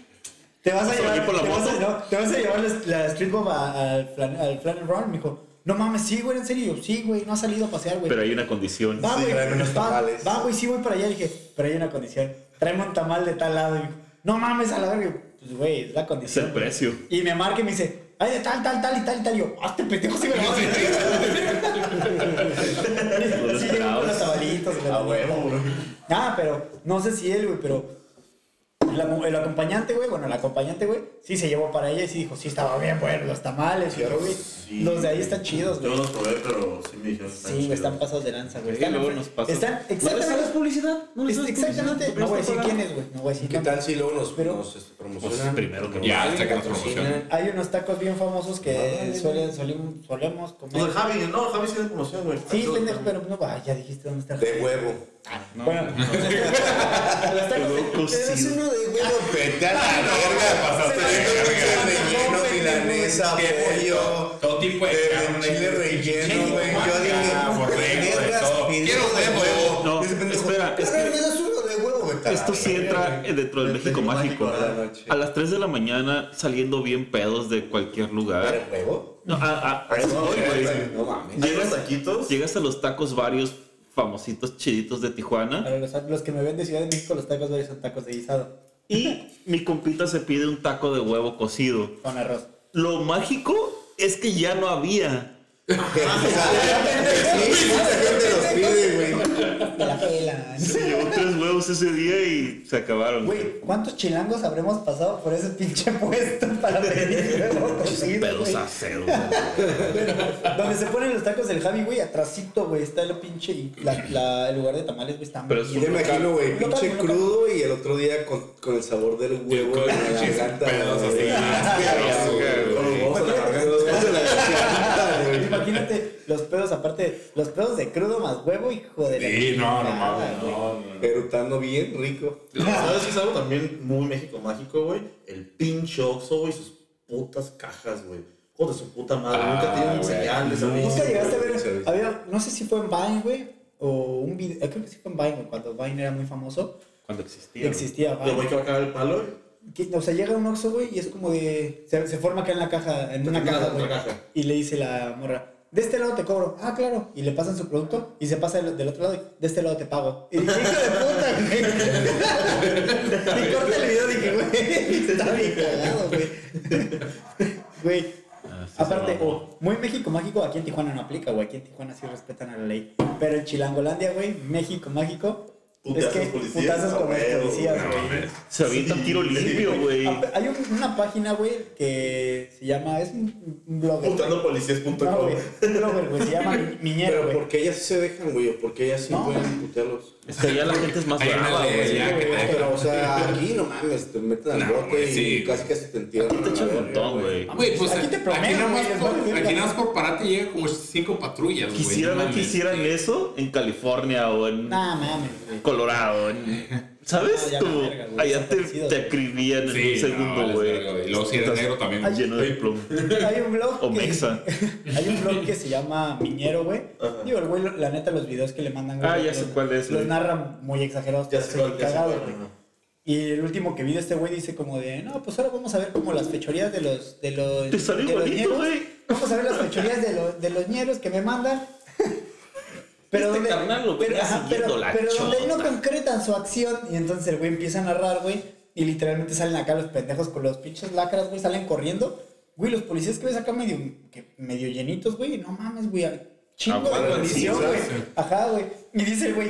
[SPEAKER 4] Te vas a
[SPEAKER 5] ¿Vas a venir
[SPEAKER 4] llevar,
[SPEAKER 5] por la
[SPEAKER 4] te vas a,
[SPEAKER 5] moto?
[SPEAKER 4] no, te vas a llevar la, la Street Bob a- al Flan al Flan and Roll. Me dijo, no mames, sí, güey, en serio. Yo, Sí, güey, no ha salido a pasear, güey.
[SPEAKER 5] Pero hay una condición.
[SPEAKER 4] Va,
[SPEAKER 3] Sí,
[SPEAKER 4] güey.
[SPEAKER 3] tráeme unos
[SPEAKER 4] va,
[SPEAKER 3] tamales.
[SPEAKER 4] va, güey, sí voy para allá. Le dije, pero hay una condición. Tráeme un tamal de tal lado. Y dijo, no mames, a la verga. Pues, güey, es la
[SPEAKER 5] Es
[SPEAKER 4] condición.
[SPEAKER 5] el precio.
[SPEAKER 4] Y me marca y me dice, ay, de tal, tal, tal y tal y tal. Y yo, hazte pendejo si me lo vas a decir. Sí, llegó con los tabalitos. y la
[SPEAKER 2] A
[SPEAKER 4] mamá.
[SPEAKER 2] huevo, güey.
[SPEAKER 4] Ah, pero no sé si él, güey, pero el, amu- el acompañante, güey, bueno, el acompañante, güey, sí se llevó para ella y sí dijo, sí, estaba bien, bueno, los tamales, y yo, güey.
[SPEAKER 2] Sí.
[SPEAKER 4] Los de ahí están chidos,
[SPEAKER 2] Yo
[SPEAKER 4] güey.
[SPEAKER 2] los probé, pero sí me dijeron que
[SPEAKER 4] Sí, güey,
[SPEAKER 2] chidos.
[SPEAKER 4] están pasados de lanza, güey.
[SPEAKER 5] Sí,
[SPEAKER 4] Están,
[SPEAKER 5] luego nos pasan.
[SPEAKER 4] están
[SPEAKER 5] ¿No les
[SPEAKER 4] exactamente.
[SPEAKER 5] hagas publicidad? ¿No les
[SPEAKER 4] es-
[SPEAKER 5] hagas
[SPEAKER 4] exactamente.
[SPEAKER 5] publicidad?
[SPEAKER 4] No voy a
[SPEAKER 5] Porque
[SPEAKER 4] decir
[SPEAKER 5] no está
[SPEAKER 4] quién es, güey. No voy a decir
[SPEAKER 3] ¿Qué
[SPEAKER 4] nombre.
[SPEAKER 3] tal si luego nos,
[SPEAKER 4] Pero-
[SPEAKER 3] nos este, promocionan?
[SPEAKER 6] Pues primero que
[SPEAKER 3] Nos
[SPEAKER 6] Ya, hasta que nos
[SPEAKER 3] patrocinan.
[SPEAKER 6] promocionen.
[SPEAKER 4] Hay unos tacos bien famosos que suelen, solim- solemos comer.
[SPEAKER 2] Pues el Javi, no, el Javi sí le conoció, güey.
[SPEAKER 4] Sí, pendejo, pero no, ah, ya dijiste dónde está. el
[SPEAKER 3] De huevo.
[SPEAKER 4] Bueno, los tacos de-
[SPEAKER 3] Eres uno de huevo, vete a la verga.
[SPEAKER 6] Ah, pasaste de verga.
[SPEAKER 3] Relleno, milanesa, pollo.
[SPEAKER 6] Todo tipo de
[SPEAKER 3] eh,
[SPEAKER 6] carne,
[SPEAKER 3] Chile relleno,
[SPEAKER 6] chile,
[SPEAKER 3] güey. Yo
[SPEAKER 6] guaca, borrego,
[SPEAKER 3] dije,
[SPEAKER 6] de
[SPEAKER 3] vergas,
[SPEAKER 6] todo.
[SPEAKER 3] pidió
[SPEAKER 6] Quiero huevo.
[SPEAKER 3] Y
[SPEAKER 5] No,
[SPEAKER 3] ese pendejo,
[SPEAKER 5] espera, es
[SPEAKER 3] "Pero
[SPEAKER 5] que-
[SPEAKER 3] eres uno de huevo, vete a la
[SPEAKER 5] Esto sí
[SPEAKER 3] verga".
[SPEAKER 5] entra dentro del México mágico. A las 3 de la mañana saliendo bien pedos de cualquier
[SPEAKER 3] ¿Pero
[SPEAKER 5] lugar.
[SPEAKER 3] huevo?
[SPEAKER 5] No, a, a- a eso voy, güey.
[SPEAKER 3] No mames.
[SPEAKER 2] Hay unos
[SPEAKER 5] Llegas,
[SPEAKER 2] taquitos.
[SPEAKER 5] llegas a los tacos varios famositos chiditos de Tijuana
[SPEAKER 4] Para los, los que me ven de Ciudad de México, los tacos varios son tacos de guisado
[SPEAKER 5] y mi compita se pide un taco de huevo cocido.
[SPEAKER 4] con arroz.
[SPEAKER 5] Lo mágico es que ya no había.
[SPEAKER 3] Que- Sí, mucha gente los pide, güey.
[SPEAKER 4] Te la pelan.
[SPEAKER 5] Se llevó tres huevos ese día y se acabaron.
[SPEAKER 4] Güey, ¿cuántos chilangos habremos pasado por ese pinche puesto para pedir huevo cocido,
[SPEAKER 5] Pedos
[SPEAKER 4] güey?
[SPEAKER 5] aceros.
[SPEAKER 4] Donde se ponen los tacos del Javi, güey, atrasito, güey, está el pinche y la, la- el lugar de tamales, güey, está
[SPEAKER 5] Pero es
[SPEAKER 3] Y me
[SPEAKER 5] un local.
[SPEAKER 3] imagino, güey,
[SPEAKER 4] Un local,
[SPEAKER 3] pinche
[SPEAKER 4] un local.
[SPEAKER 3] crudo y el otro día con, con el sabor del huevo en la
[SPEAKER 6] Pinches
[SPEAKER 3] garganta.
[SPEAKER 6] pedos
[SPEAKER 3] güey.
[SPEAKER 6] así, asqueroso, güey.
[SPEAKER 3] Con los huevos en la garganta. Los huevos en la garganta, güey.
[SPEAKER 4] Imagínate los pedos, aparte, los pedos de crudo más huevo, hijo de la
[SPEAKER 6] Sí, no, no
[SPEAKER 4] chingada,
[SPEAKER 6] mames,
[SPEAKER 4] güey.
[SPEAKER 6] no, no.
[SPEAKER 3] Erutando bien rico.
[SPEAKER 2] ¿Sabes qué es algo también muy México mágico, güey? El pinche Oxxo, güey, sus putas cajas, güey. Joder, su puta madre.
[SPEAKER 6] Ah,
[SPEAKER 2] Nunca tiene un
[SPEAKER 6] güey.
[SPEAKER 2] señal de servicio.
[SPEAKER 4] Nunca llegaste a
[SPEAKER 2] güey.
[SPEAKER 4] ver, había, no sé si fue en Vine, güey, o un video, creo que sí fue en Vine, güey, cuando Vine era muy famoso,
[SPEAKER 5] Cuando existía.
[SPEAKER 4] existía
[SPEAKER 2] Yo voy
[SPEAKER 4] Vine.
[SPEAKER 2] que va a cagar el palo, güey.
[SPEAKER 4] Que- o sea, llega un Oxxo, güey, y es como de, se, se forma acá en la caja, en una
[SPEAKER 2] Pues Una
[SPEAKER 4] caja,
[SPEAKER 2] caja,
[SPEAKER 4] güey,
[SPEAKER 2] otra caja.
[SPEAKER 4] y le dice la morra, de este lado te cobro, ah, claro, y le pasan su producto, y se pasa del, del otro lado, y, de este lado te pago. Y dije, hijo de puta, güey. y corta el video, dije, güey, está bien cagado, güey. Güey,
[SPEAKER 5] Ah, sí, se
[SPEAKER 4] Aparte,
[SPEAKER 5] mamó.
[SPEAKER 4] o muy México Mágico aquí en Tijuana no aplica, güey. Aquí en Tijuana sí respetan a la ley. Pero en Chilangolandia, güey, México Mágico, es
[SPEAKER 2] Putazos
[SPEAKER 4] que
[SPEAKER 2] policías,
[SPEAKER 4] putazas con los
[SPEAKER 2] huevo,
[SPEAKER 4] policías,
[SPEAKER 2] no
[SPEAKER 4] güey.
[SPEAKER 6] mames.
[SPEAKER 5] Se avienta tiro limpio, güey.
[SPEAKER 4] Ah, Hay un- una página, güey, que se llama. Es un un blogger.
[SPEAKER 2] Putandopolicías.com.
[SPEAKER 4] No, güey, un blogger, güey. Se llama Miñero,
[SPEAKER 3] Pero
[SPEAKER 4] güey.
[SPEAKER 3] ¿por qué ellas sí se dejan, güey? ¿O por qué ellas sí
[SPEAKER 4] No.
[SPEAKER 3] pueden putearlos?
[SPEAKER 5] Es que allá Este, la gente es más
[SPEAKER 6] Hay una
[SPEAKER 5] brava,
[SPEAKER 6] ley,
[SPEAKER 5] güey.
[SPEAKER 6] ya. que te-
[SPEAKER 3] Pero, o sea, aquí no mames, te meten al
[SPEAKER 6] No,
[SPEAKER 3] bote
[SPEAKER 6] güey, sí.
[SPEAKER 3] y casi casi te entierran.
[SPEAKER 5] Aquí te
[SPEAKER 3] a la
[SPEAKER 5] echan un
[SPEAKER 3] verga,
[SPEAKER 5] montón, güey.
[SPEAKER 6] Güey, pues
[SPEAKER 4] Aquí
[SPEAKER 6] aquí,
[SPEAKER 4] te prometen,
[SPEAKER 6] nomás
[SPEAKER 4] güey, les vale
[SPEAKER 6] por,
[SPEAKER 4] verga.
[SPEAKER 6] aquí nomás por pararte llegan como cinco patrullas, güey.
[SPEAKER 5] Quisieran,
[SPEAKER 6] No
[SPEAKER 5] no
[SPEAKER 6] mames.
[SPEAKER 5] quisieran eso en California o en
[SPEAKER 4] Nah, mames, güey.
[SPEAKER 5] Colorado. en- ¿Sabes?
[SPEAKER 4] No, ya
[SPEAKER 5] Como
[SPEAKER 4] la verga, güey,
[SPEAKER 5] allá te,
[SPEAKER 4] desaparecidos,
[SPEAKER 5] te
[SPEAKER 4] güey.
[SPEAKER 5] acribían en un
[SPEAKER 6] Sí,
[SPEAKER 5] segundo,
[SPEAKER 6] no,
[SPEAKER 5] güey.
[SPEAKER 6] vales verga, güey. Luego si eres
[SPEAKER 5] Estás
[SPEAKER 6] negro también.
[SPEAKER 5] Lleno de plomo.
[SPEAKER 4] Hay un blog.
[SPEAKER 5] O
[SPEAKER 4] que-
[SPEAKER 5] mexa.
[SPEAKER 4] Hay un blog que se llama Miñero, güey.
[SPEAKER 2] Ajá.
[SPEAKER 4] Digo, el güey, la neta, los videos que le mandan, güey.
[SPEAKER 5] Ah, ya
[SPEAKER 4] los-
[SPEAKER 5] sé cuál
[SPEAKER 4] Los
[SPEAKER 5] es, güey.
[SPEAKER 4] narran muy exagerados.
[SPEAKER 2] Ya sé cuál, ya sé
[SPEAKER 4] cagados,
[SPEAKER 2] cuál,
[SPEAKER 4] güey.
[SPEAKER 2] ajá.
[SPEAKER 4] Y el último que vi de este güey dice como de, no, pues ahora vamos a ver como las fechorías de los... De los
[SPEAKER 5] Te salió
[SPEAKER 4] de los
[SPEAKER 5] igualito,
[SPEAKER 4] ñeros.
[SPEAKER 5] güey.
[SPEAKER 4] Vamos a ver las fechorías de, los de los ñeros que me mandan. Pero
[SPEAKER 5] Este
[SPEAKER 4] donde,
[SPEAKER 5] carnal lo venía siguiendo
[SPEAKER 4] pero,
[SPEAKER 5] la
[SPEAKER 4] pero donde no
[SPEAKER 5] chota.
[SPEAKER 4] concretan su acción y entonces el güey empieza a narrar, güey, y literalmente salen acá los pendejos con los pinches lacras, güey, salen corriendo. Güey, los policías que ves acá medio, que medio llenitos, güey, no mames, güey, chingo de
[SPEAKER 5] Aguanta,
[SPEAKER 4] condición,
[SPEAKER 3] sí,
[SPEAKER 4] güey.
[SPEAKER 3] sí.
[SPEAKER 4] Ajá, güey. Y dice el güey,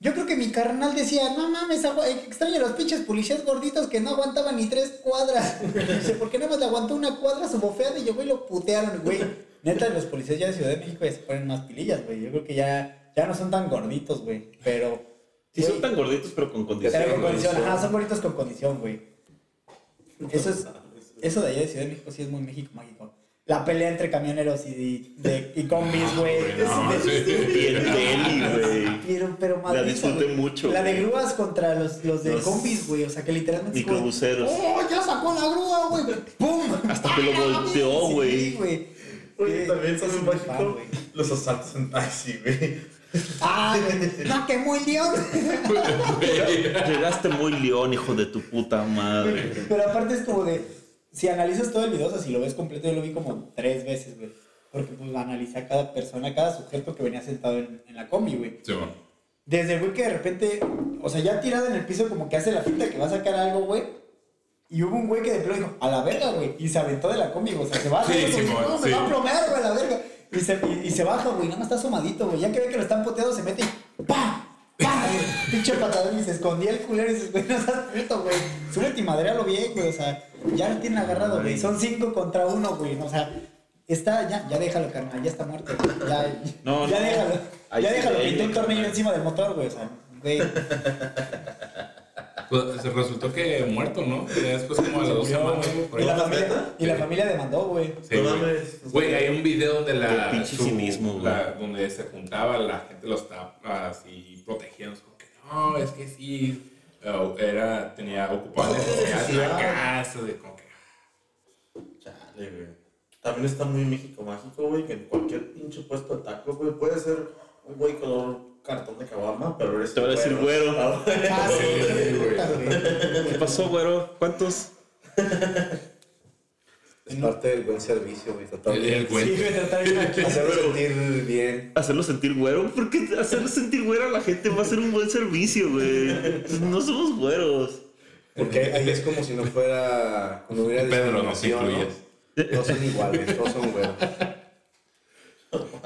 [SPEAKER 4] yo creo que mi carnal decía, no mames, agua- eh, extraño a los pinches policías gorditos que no aguantaban ni tres cuadras. Dice, ¿por qué nada más le aguantó una cuadra su bofeada? Y yo, güey, lo putearon, güey. Neta, los policías ya de Ciudad de México ya se ponen más pilillas, güey. Yo creo que ya, ya no son tan gorditos, güey. Pero.
[SPEAKER 5] Sí, son
[SPEAKER 4] güey,
[SPEAKER 5] tan gorditos, pero con
[SPEAKER 4] pero
[SPEAKER 5] condición.
[SPEAKER 4] con
[SPEAKER 5] güey.
[SPEAKER 4] condición, ajá, son gorditos con condición, güey. Eso es. Eso de allá de Ciudad de México sí es muy México mágico. La pelea entre camioneros y, de, y combis, güey.
[SPEAKER 6] no,
[SPEAKER 4] Es- es-
[SPEAKER 6] sí.
[SPEAKER 5] Y en deli, güey.
[SPEAKER 4] pero, pero
[SPEAKER 5] La
[SPEAKER 4] madriza,
[SPEAKER 5] disfruté
[SPEAKER 4] güey.
[SPEAKER 5] mucho,
[SPEAKER 4] La de
[SPEAKER 5] güey.
[SPEAKER 4] grúas contra los, los de
[SPEAKER 5] Los
[SPEAKER 4] combis, güey. O sea, que literalmente. es como,
[SPEAKER 5] microbuseros.
[SPEAKER 4] ¡Oh, ya sacó la grúa, güey! ¡Pum! ¡Ah,
[SPEAKER 5] Hasta que lo volteó,
[SPEAKER 4] Sí,
[SPEAKER 5] güey.
[SPEAKER 4] güey.
[SPEAKER 2] Oye,
[SPEAKER 4] Sí,
[SPEAKER 2] también son
[SPEAKER 4] es
[SPEAKER 2] en
[SPEAKER 4] muy fan,
[SPEAKER 2] México
[SPEAKER 4] güey.
[SPEAKER 2] los asaltos en taxi, güey.
[SPEAKER 4] ¡Ah, güey! ¡No, que muy león!
[SPEAKER 5] Llegaste muy león, hijo de tu puta madre.
[SPEAKER 4] Pero aparte es como de. Si analizas todo el video, o sea, si lo ves completo, yo lo vi como tres veces, güey. Porque pues analicé a cada persona, cada sujeto que venía sentado en, en la combi, güey.
[SPEAKER 6] Sí, bueno.
[SPEAKER 4] Desde el güey que de repente, o sea, ya tirado en el piso, como que hace la finta que va a sacar algo, güey. Y hubo un güey que de plano dijo, a la verga, güey. Y se aventó de la combi, o sea, se baja.
[SPEAKER 6] Sí,
[SPEAKER 4] güey,
[SPEAKER 6] Simón,
[SPEAKER 4] no, me
[SPEAKER 6] sí.
[SPEAKER 4] va a plomear, güey, a la verga. Y se, y, y se baja, güey, nada más está asomadito, güey. Ya que ve que lo están poteando, se mete y ¡pam! ¡pam! güey, Pinche patadón y se escondía el culero y dices, güey, no estás puto, güey. Súbete y madrealo bien, güey, o sea, ya lo tienen agarrado, güey. Son cinco contra uno, güey, o sea, está, ya, ya déjalo, carnal, ya está muerto, güey. Ya,
[SPEAKER 5] No,
[SPEAKER 4] ya
[SPEAKER 5] no.
[SPEAKER 4] déjalo.
[SPEAKER 5] Ahí
[SPEAKER 4] ya
[SPEAKER 5] sí
[SPEAKER 4] déjalo,
[SPEAKER 5] le
[SPEAKER 4] pinté un
[SPEAKER 5] digo,
[SPEAKER 4] tornillo
[SPEAKER 5] carnal.
[SPEAKER 4] encima del motor, güey, o sea, güey.
[SPEAKER 6] Pues, se resultó que muerto, ¿no? Ya después como a las dos
[SPEAKER 4] murió,
[SPEAKER 6] semanas.
[SPEAKER 4] güey.
[SPEAKER 6] por
[SPEAKER 4] Y
[SPEAKER 6] ahí.
[SPEAKER 4] la familia,
[SPEAKER 2] ¿Neta?
[SPEAKER 4] y la familia demandó, güey.
[SPEAKER 6] Sí,
[SPEAKER 2] No
[SPEAKER 6] güey.
[SPEAKER 2] mames.
[SPEAKER 6] Güey, hay un video donde la.
[SPEAKER 5] Qué pinche
[SPEAKER 6] su-
[SPEAKER 5] cinismo, güey.
[SPEAKER 6] la- Donde se juntaba, la gente lo estaba así protegiendo. Es como que no, es que sí. eh, Era, tenía ocupado la casa, de como que.
[SPEAKER 2] Chale, güey. También está muy México mágico, güey, que en cualquier pinche puesto de tacos, güey, puede ser un güey color cartón de cabama, pero eres
[SPEAKER 5] Te voy a decir güero.
[SPEAKER 2] Ah, güey.
[SPEAKER 4] Ah, sí, güey.
[SPEAKER 5] ¿Qué pasó, güero? ¿Cuántos?
[SPEAKER 3] Es parte del buen servicio, güey. Tratar
[SPEAKER 6] El, el
[SPEAKER 3] de
[SPEAKER 6] güey.
[SPEAKER 4] Sí, güey, tratar de aquí.
[SPEAKER 3] hacerlo sentir bien.
[SPEAKER 5] Hacerlo sentir güero. ¿Por qué hacerlo sentir güero a la gente va a ser un buen servicio, güey? No somos güeros.
[SPEAKER 3] Porque ahí- ahí es como si no fuera. Cuando hubiera
[SPEAKER 6] Pedro, no te
[SPEAKER 3] discriminación,
[SPEAKER 6] incluyes.
[SPEAKER 3] ¿no? Todos son iguales, todos son güeros.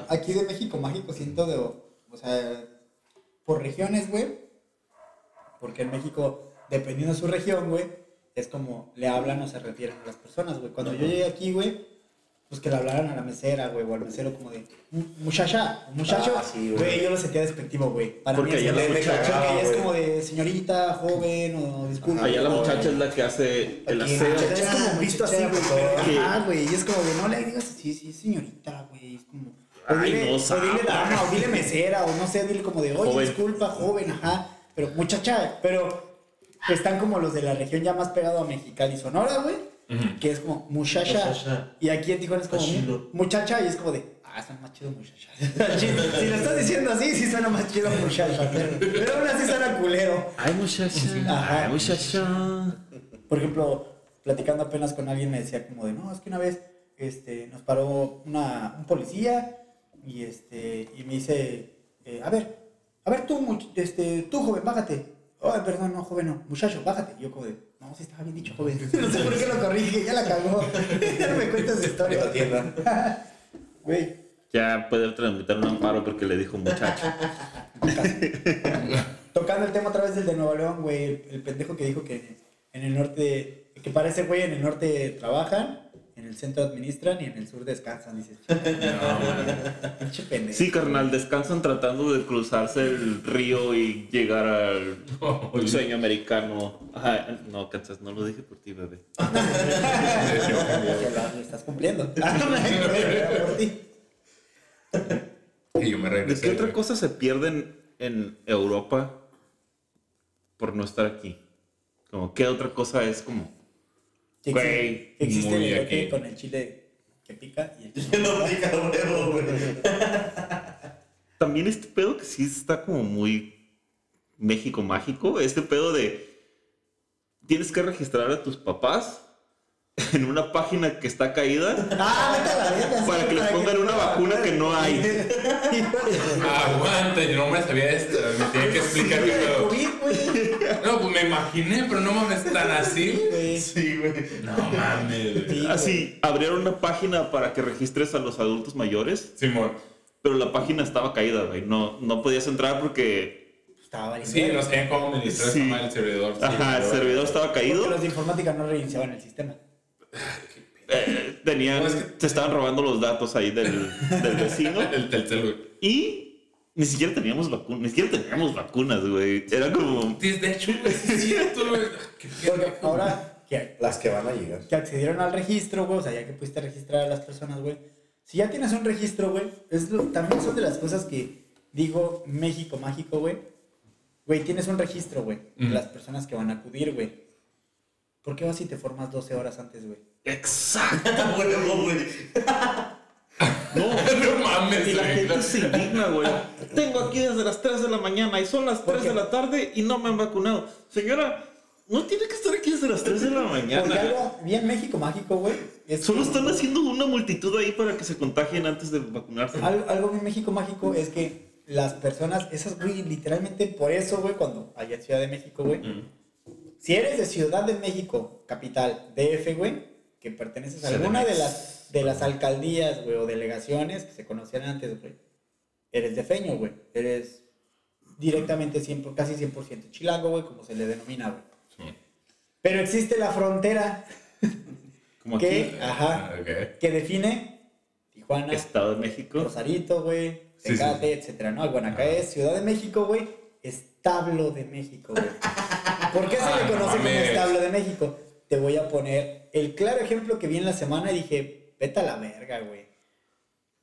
[SPEAKER 4] Aquí de México Mágico siento de. O sea, por regiones, güey. Porque en México, dependiendo de su región, güey, es como le hablan o se refieren a las personas, güey. Cuando yo llegué aquí, güey, pues que le hablaran a la mesera, güey, o al mesero como de "Mu- muchacha, muchacho.
[SPEAKER 3] Ah, sí, güey.
[SPEAKER 4] güey, yo lo sentía despectivo, güey. Para
[SPEAKER 5] Porque
[SPEAKER 4] mí,
[SPEAKER 5] allá
[SPEAKER 4] es
[SPEAKER 5] la
[SPEAKER 4] como-
[SPEAKER 5] muchacha-
[SPEAKER 4] porque allá es
[SPEAKER 3] güey.
[SPEAKER 4] como de señorita, joven, o disculpe.
[SPEAKER 5] Allá la
[SPEAKER 4] joven".
[SPEAKER 5] muchacha es la que hace el
[SPEAKER 3] Aquí,
[SPEAKER 5] aseo.
[SPEAKER 4] Ya es como visto así, güey. pero-
[SPEAKER 5] ¿Qué?
[SPEAKER 4] Ajá, güey. Y es como de no le digas así, sí, señorita, güey. Es como. o
[SPEAKER 5] Ay,
[SPEAKER 4] dile-
[SPEAKER 5] no
[SPEAKER 4] O dile
[SPEAKER 5] sabe.
[SPEAKER 4] dama, o dile mesera, o no sé, dile como de, oye,
[SPEAKER 5] Joven.
[SPEAKER 4] disculpa, joven, ajá. Pero muchacha, pero están como los de la región ya más pegado a Mexicali, Sonora, güey. Que es como muchacha.
[SPEAKER 2] Muchacha.
[SPEAKER 4] Y aquí en Tijuana es como
[SPEAKER 2] Muchachilo.
[SPEAKER 4] muchacha y es como de, ah, suena más chido muchacha. si si lo estás diciendo así, sí suena más chido muchacha. Pero, pero aún así suena culero.
[SPEAKER 5] Ay, muchacha.
[SPEAKER 4] Ajá.
[SPEAKER 5] Ay, muchacha.
[SPEAKER 4] Por ejemplo, platicando apenas con alguien me decía como de, no, es que una vez este, nos paró una, un policía y, este, y me dice, eh, a ver, a ver tú, much- este, tú joven, bájate. Ay, perdón, no, joven, no, muchacho, bájate. Y yo como de, no, sí estaba bien dicho, joven. No sé por qué lo corrige, ya la cagó. ya no me cuentas historia.
[SPEAKER 3] Esta tienda.
[SPEAKER 4] Güey,
[SPEAKER 5] Ya puede transmitir un amparo porque le dijo muchacho.
[SPEAKER 4] tocando el tema otra vez del de Nueva León, güey, el, el pendejo que dijo que en el norte, que parece, güey, en el norte trabajan, en el centro administran y en el sur descansan, dices. Pinche pendejo.
[SPEAKER 5] Sí, carnal, descansan tratando de cruzarse el río y llegar al sueño americano. Ajá, no, Kansas, no lo dije por ti, bebé.
[SPEAKER 4] Ya lo- lo estás cumpliendo. Por ti.
[SPEAKER 6] Y yo me
[SPEAKER 5] ¿De
[SPEAKER 6] regresé.
[SPEAKER 5] qué otra
[SPEAKER 6] güey.
[SPEAKER 5] cosa se pierden en Europa por no estar aquí? Como, ¿qué otra cosa es como?
[SPEAKER 4] Que
[SPEAKER 5] Güey,
[SPEAKER 4] existe, que existe el
[SPEAKER 6] muy
[SPEAKER 4] elote
[SPEAKER 6] aquí.
[SPEAKER 4] con el chile que pica y el chile.
[SPEAKER 2] No pica huevo, güey.
[SPEAKER 5] También este pedo que sí está como muy México mágico, este pedo de tienes que registrar a tus papás en una página que está caída
[SPEAKER 4] Ah, vete a la verga, sí,
[SPEAKER 5] para que les pongan una vacuna que no hay.
[SPEAKER 6] Aguanta, yo no me sabía esto. Me tenía que explicar
[SPEAKER 4] Sí, de
[SPEAKER 6] pero-
[SPEAKER 4] COVID, güey.
[SPEAKER 6] No, pues me imaginé, pero no mames tan así.
[SPEAKER 4] güey.
[SPEAKER 2] Sí, güey.
[SPEAKER 6] No mames, güey.
[SPEAKER 4] Sí,
[SPEAKER 5] Así, abrieron una página para que registres a los adultos mayores,
[SPEAKER 6] Simón.
[SPEAKER 5] pero la página estaba caída, güey. No, no podías entrar porque
[SPEAKER 4] Estaba valiendo.
[SPEAKER 6] Sí, no sé cómo administrar
[SPEAKER 5] Sí.
[SPEAKER 6] esa madre el servidor. sí,
[SPEAKER 5] ajá, el
[SPEAKER 6] pero-
[SPEAKER 5] servidor estaba caído.
[SPEAKER 4] Porque los de informática no reiniciaban el sistema.
[SPEAKER 5] Eh, tenían,
[SPEAKER 6] No, es que-
[SPEAKER 5] se estaban robando los datos ahí del, del vecino
[SPEAKER 6] El Telcel, güey.
[SPEAKER 5] y ni siquiera teníamos vacunas, ni siquiera teníamos vacunas, güey. Era como,
[SPEAKER 6] Sí, De hecho, güey, sí es cierto, güey. Qué
[SPEAKER 4] Porque
[SPEAKER 6] pendejo.
[SPEAKER 4] ahora que,
[SPEAKER 3] Las que van a llegar.
[SPEAKER 4] que accedieron al registro, güey, o sea, ya que pudiste registrar a las personas, güey. Si ya tienes un registro, güey, es lo- también son de las cosas que digo México mágico, güey. Güey, tienes un registro, güey, de
[SPEAKER 6] Ujú.
[SPEAKER 4] las personas que van a acudir, güey. ¿Por qué vas si te formas 12 horas antes, güey?
[SPEAKER 5] exacto.
[SPEAKER 2] Pica huevo, güey.
[SPEAKER 5] No,
[SPEAKER 6] No mames,
[SPEAKER 5] y la
[SPEAKER 6] güey.
[SPEAKER 5] gente se indigna, güey. Tengo aquí desde las 3 de la mañana y son las
[SPEAKER 4] ¿Por
[SPEAKER 5] 3 de
[SPEAKER 4] qué?
[SPEAKER 5] la tarde y no me han vacunado. Señora, no tiene que estar aquí desde las 3 de la
[SPEAKER 4] Porque
[SPEAKER 5] mañana.
[SPEAKER 4] algo bien México mágico, güey. es
[SPEAKER 5] Solo
[SPEAKER 4] que-
[SPEAKER 5] están haciendo una multitud ahí para que se contagien antes de vacunarse.
[SPEAKER 4] Al- Algo, bien México mágico es que las personas, esas, güey, literalmente por eso, güey, cuando allá en Ciudad de México, güey, si eres de Ciudad de México, capital, DF, güey, que perteneces a
[SPEAKER 5] CDMX.
[SPEAKER 4] alguna de las, de las alcaldías, güey, o delegaciones que se conocían antes, güey, eres de feño, güey. Eres directamente 100, por- casi 100% chilango, güey, como se le denomina, güey.
[SPEAKER 1] Sí.
[SPEAKER 4] Pero existe la frontera
[SPEAKER 5] Como aquí,
[SPEAKER 4] que,
[SPEAKER 6] ah,
[SPEAKER 4] ajá,
[SPEAKER 1] Ok.
[SPEAKER 4] que define Tijuana,
[SPEAKER 5] Estado de México.
[SPEAKER 4] Rosarito, güey,
[SPEAKER 1] Sí, sí,
[SPEAKER 4] Tecate, etcétera, ¿no? Bueno, acá es Ciudad de México, güey, establo de México, güey. ¿Por qué se
[SPEAKER 6] Ah,
[SPEAKER 4] le
[SPEAKER 6] no
[SPEAKER 4] conoce como
[SPEAKER 6] mames.
[SPEAKER 4] establo de México? Te voy a poner el claro ejemplo que vi en la semana y dije, vete a la verga, güey.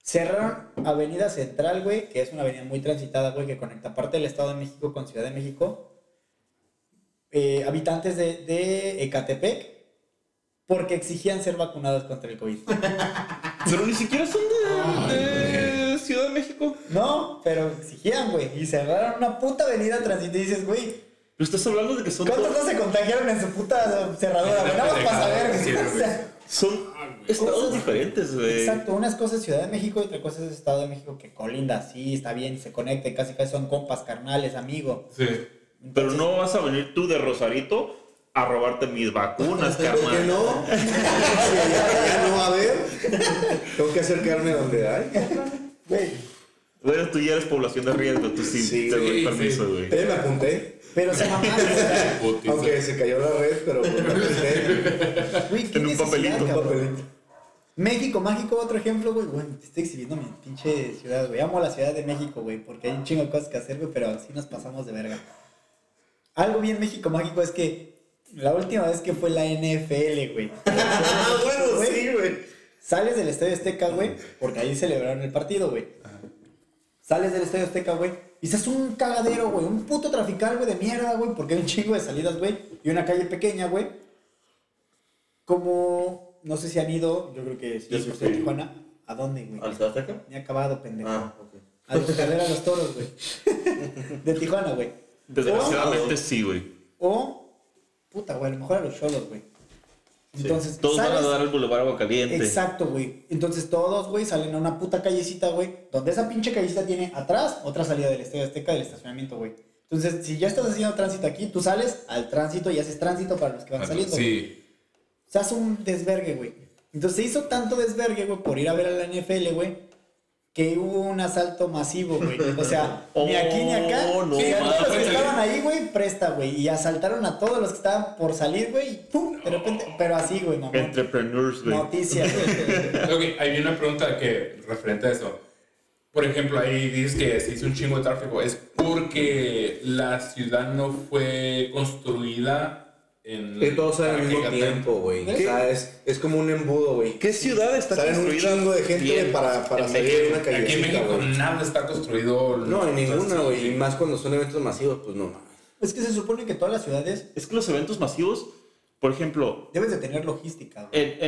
[SPEAKER 4] Cerraron Avenida Central, güey, que es una avenida muy transitada, güey, que conecta parte del Estado de México con Ciudad de México. Eh, habitantes de, de Ecatepec, porque exigían ser vacunados contra el COVID.
[SPEAKER 5] Pero ni siquiera son de, de Ciudad de México.
[SPEAKER 4] No, pero exigían, güey. Y cerraron una puta avenida transita y dices, güey,
[SPEAKER 5] Pero estás hablando de que son.
[SPEAKER 4] ¿cuántos no se contagiaron en su puta cerradura? güey? Nada más para saber, güey.
[SPEAKER 6] Sí, güey.
[SPEAKER 4] O sea,
[SPEAKER 5] Son estados diferentes, güey.
[SPEAKER 4] exacto, una cosa es Ciudad de México y otra cosa es Estado de México que colinda, sí, está bien, se conecta y casi casi son compas, carnales, amigos.
[SPEAKER 6] Sí.
[SPEAKER 5] Pero no vas a venir tú de Rosarito a robarte mis vacunas,
[SPEAKER 3] ¿Por qué
[SPEAKER 5] carnal.
[SPEAKER 3] no? Si allá ya no va a haber, tengo que acercarme donde hay.
[SPEAKER 4] Güey,
[SPEAKER 5] Bueno, tú ya eres población de riesgo, tú sí,
[SPEAKER 3] Sí,
[SPEAKER 5] te doy
[SPEAKER 6] sí.
[SPEAKER 5] permiso, güey.
[SPEAKER 3] Eh, me apunté,
[SPEAKER 4] pero se mamaron, güey.
[SPEAKER 6] Putiza.
[SPEAKER 3] aunque se cayó la red, pero pues, me apunté.
[SPEAKER 4] güey. qué
[SPEAKER 5] En un
[SPEAKER 4] necesidad,
[SPEAKER 5] papelito, un
[SPEAKER 4] cabrón.
[SPEAKER 3] Papelito.
[SPEAKER 4] México Mágico, otro ejemplo, güey. Güey, te estoy exhibiendo mi pinche ciudad, güey. Amo la ciudad de México, güey, porque hay un chingo de cosas que hacer, güey, pero así nos pasamos de verga. Algo bien México Mágico es que la última vez que fue la NFL, güey.
[SPEAKER 3] Ah, bueno, sí, güey.
[SPEAKER 4] Sales del Estadio Azteca, güey, porque ahí celebraron el partido, güey. Sales del Estadio Azteca, güey, y estás un cagadero, güey, un puto trafical, güey, de mierda, güey, porque hay un chingo de salidas, güey, y una calle pequeña, güey. Como, no sé si han ido, yo creo que sí,
[SPEAKER 2] Yo sí
[SPEAKER 4] por ser
[SPEAKER 2] fui.
[SPEAKER 4] Tijuana, ¿a dónde, güey?
[SPEAKER 2] ¿Al South Africa?
[SPEAKER 4] Ni acabado, pendejo.
[SPEAKER 2] Ah, ok.
[SPEAKER 4] A los carreras los toros, güey. De Tijuana, güey.
[SPEAKER 5] Desgraciadamente sí, güey.
[SPEAKER 4] O, puta, güey, a lo mejor a los cholos, güey. Entonces,
[SPEAKER 5] Todos van a
[SPEAKER 4] sales-
[SPEAKER 5] dar el Boulevard Agua Caliente.
[SPEAKER 4] Exacto, güey. Entonces todos, güey, salen a una puta callecita, güey. Donde esa pinche callecita tiene atrás otra salida del Estadio Azteca del estacionamiento, güey. Entonces, si ya estás haciendo tránsito aquí, tú sales al tránsito y haces tránsito para los que van saliendo. güey.
[SPEAKER 6] Sí.
[SPEAKER 4] O sea, hace un desvergue, güey. Entonces se hizo tanto desvergue, güey, por ir a ver a la NFL, güey, que hubo un asalto masivo, güey. O sea, ni aquí ni acá.
[SPEAKER 5] Oh, no
[SPEAKER 4] Sí, a todos los que
[SPEAKER 5] mames.
[SPEAKER 4] estaban ahí, güey, presta, güey. Y asaltaron a todos los que estaban por salir, güey. y ¡Pum! De repente, pero así, güey, mamón.
[SPEAKER 5] Entrepreneurs, güey.
[SPEAKER 4] Noticias, güey.
[SPEAKER 6] Ok, ahí viene una pregunta que referente a eso. Por ejemplo, ahí dices que se hizo un chingo de tráfico. ¿Es porque la ciudad no fue construida en...
[SPEAKER 3] Que todos salen al mismo
[SPEAKER 6] Ecatepec?
[SPEAKER 3] tiempo, güey. O sea, es, es como un embudo, güey.
[SPEAKER 5] ¿Qué ciudad está
[SPEAKER 3] Salen un
[SPEAKER 5] construida?
[SPEAKER 3] chingo de gente
[SPEAKER 5] bien?
[SPEAKER 3] para, para
[SPEAKER 5] En
[SPEAKER 3] salir
[SPEAKER 5] México.
[SPEAKER 3] de una
[SPEAKER 6] Aquí en
[SPEAKER 3] callecita,
[SPEAKER 6] México
[SPEAKER 3] güey.
[SPEAKER 6] nada está construido.
[SPEAKER 3] No, en ninguna,
[SPEAKER 6] Entonces,
[SPEAKER 3] güey. Y más cuando son eventos masivos, pues no mames.
[SPEAKER 4] Es que se supone que todas las ciudades
[SPEAKER 5] Es que los eventos masivos, por ejemplo,
[SPEAKER 4] deben de tener logística, güey.
[SPEAKER 5] en,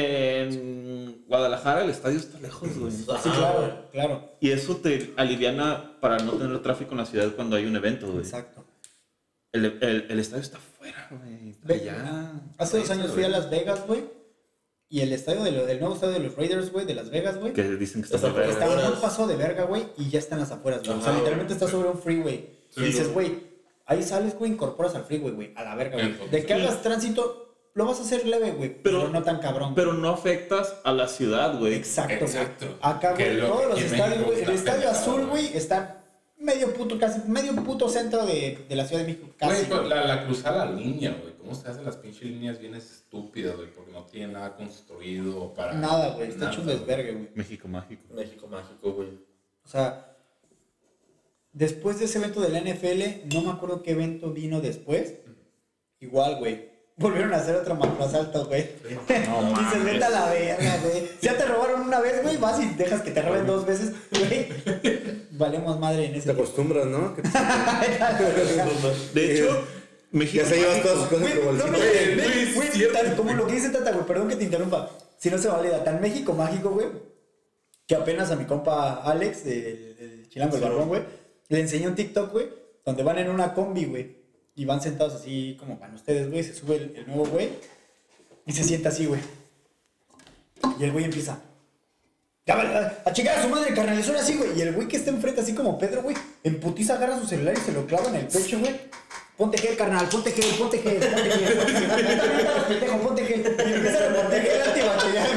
[SPEAKER 5] en Guadalajara el estadio está lejos, güey.
[SPEAKER 2] Ah,
[SPEAKER 4] sí,
[SPEAKER 5] ah,
[SPEAKER 4] claro, claro.
[SPEAKER 5] Y eso te aliviana para no tener tráfico en la ciudad cuando hay un evento, güey.
[SPEAKER 4] Exacto.
[SPEAKER 5] El, el- el estadio está afuera, güey. Está
[SPEAKER 4] Ve- ah,
[SPEAKER 5] allá.
[SPEAKER 4] Hace dos años fui a
[SPEAKER 5] güey.
[SPEAKER 4] Las Vegas, güey. Y el estadio de los- el nuevo estadio de los Raiders, güey, de Las Vegas, güey.
[SPEAKER 5] Que dicen que está
[SPEAKER 2] Está
[SPEAKER 5] muy verga.
[SPEAKER 4] Está en un
[SPEAKER 2] afueras.
[SPEAKER 4] paso de verga, güey, y ya está en las afueras, güey. O sea,
[SPEAKER 2] Ajá,
[SPEAKER 4] literalmente
[SPEAKER 6] güey.
[SPEAKER 4] está sobre un freeway.
[SPEAKER 6] Sí,
[SPEAKER 4] y dices,
[SPEAKER 6] no.
[SPEAKER 4] güey, ahí sales, güey, incorporas al freeway, güey, a la verga, güey.
[SPEAKER 6] Entonces,
[SPEAKER 4] De que
[SPEAKER 5] sí.
[SPEAKER 4] hagas tránsito, lo vas a hacer leve, güey, pero,
[SPEAKER 5] Pero-
[SPEAKER 4] no tan cabrón.
[SPEAKER 5] Pero no afectas a la ciudad, güey.
[SPEAKER 4] Exacto, güey.
[SPEAKER 6] Exacto.
[SPEAKER 4] Acá,
[SPEAKER 6] Que
[SPEAKER 4] güey,
[SPEAKER 6] lo-
[SPEAKER 4] todos los
[SPEAKER 6] en
[SPEAKER 4] estadios,
[SPEAKER 6] México
[SPEAKER 4] güey. El
[SPEAKER 6] está
[SPEAKER 4] estadio
[SPEAKER 6] pendejado,
[SPEAKER 4] azul,
[SPEAKER 6] güey.
[SPEAKER 4] güey, está medio puto, casi, medio puto centro de, de la Ciudad de México. Casi.
[SPEAKER 6] Güey, pero la, la cruzar la línea, güey. ¿Cómo se hacen las pinches líneas bien estúpidas, güey? Porque no tiene nada construido para...
[SPEAKER 4] Nada, güey. Está hecho un
[SPEAKER 6] nada,
[SPEAKER 4] desvergue, güey.
[SPEAKER 5] México mágico.
[SPEAKER 2] México mágico, güey.
[SPEAKER 4] O sea, después de ese evento de la NFL, no me acuerdo qué evento vino después. Igual, güey. Volvieron a hacer otro macroasalto, güey.
[SPEAKER 6] No,
[SPEAKER 4] Y se
[SPEAKER 6] mames.
[SPEAKER 4] vete a la verga, güey. Si ya te robaron una vez, güey, vas y dejas que te roben dos veces, güey. Valemos madre en
[SPEAKER 3] Te
[SPEAKER 4] ese tiempo.
[SPEAKER 3] acostumbras, ¿no? Que-
[SPEAKER 5] De hecho, México
[SPEAKER 3] ya se llevas
[SPEAKER 5] mágico-
[SPEAKER 3] todas sus cosas
[SPEAKER 4] Güey,
[SPEAKER 3] en tu
[SPEAKER 4] no,
[SPEAKER 3] bolsita.
[SPEAKER 4] no, güey, güey, güey, tan- como lo que dice Tata, güey, perdón que te interrumpa. Si no se valida, tan México mágico, güey, que apenas a mi compa Alex, el, el chilango el barbón, güey, le enseñé un TikTok, güey, donde van en una combi, güey, y van sentados así como van ustedes, güey, se sube el, el nuevo güey y se sienta así, güey. Y el güey empieza. "Ya vale, A a chingar a su madre, carnal, son así, güey. Y el güey que está enfrente, así como Pedro, güey, en putiza agarra su celular y se lo clava en el pecho, güey. Ponte gel, carnal, ponte gel, ponte gel, ponte gel. ponte gel. Pendejo, ponte gel. Y empiezan a ponte gel antibacterial.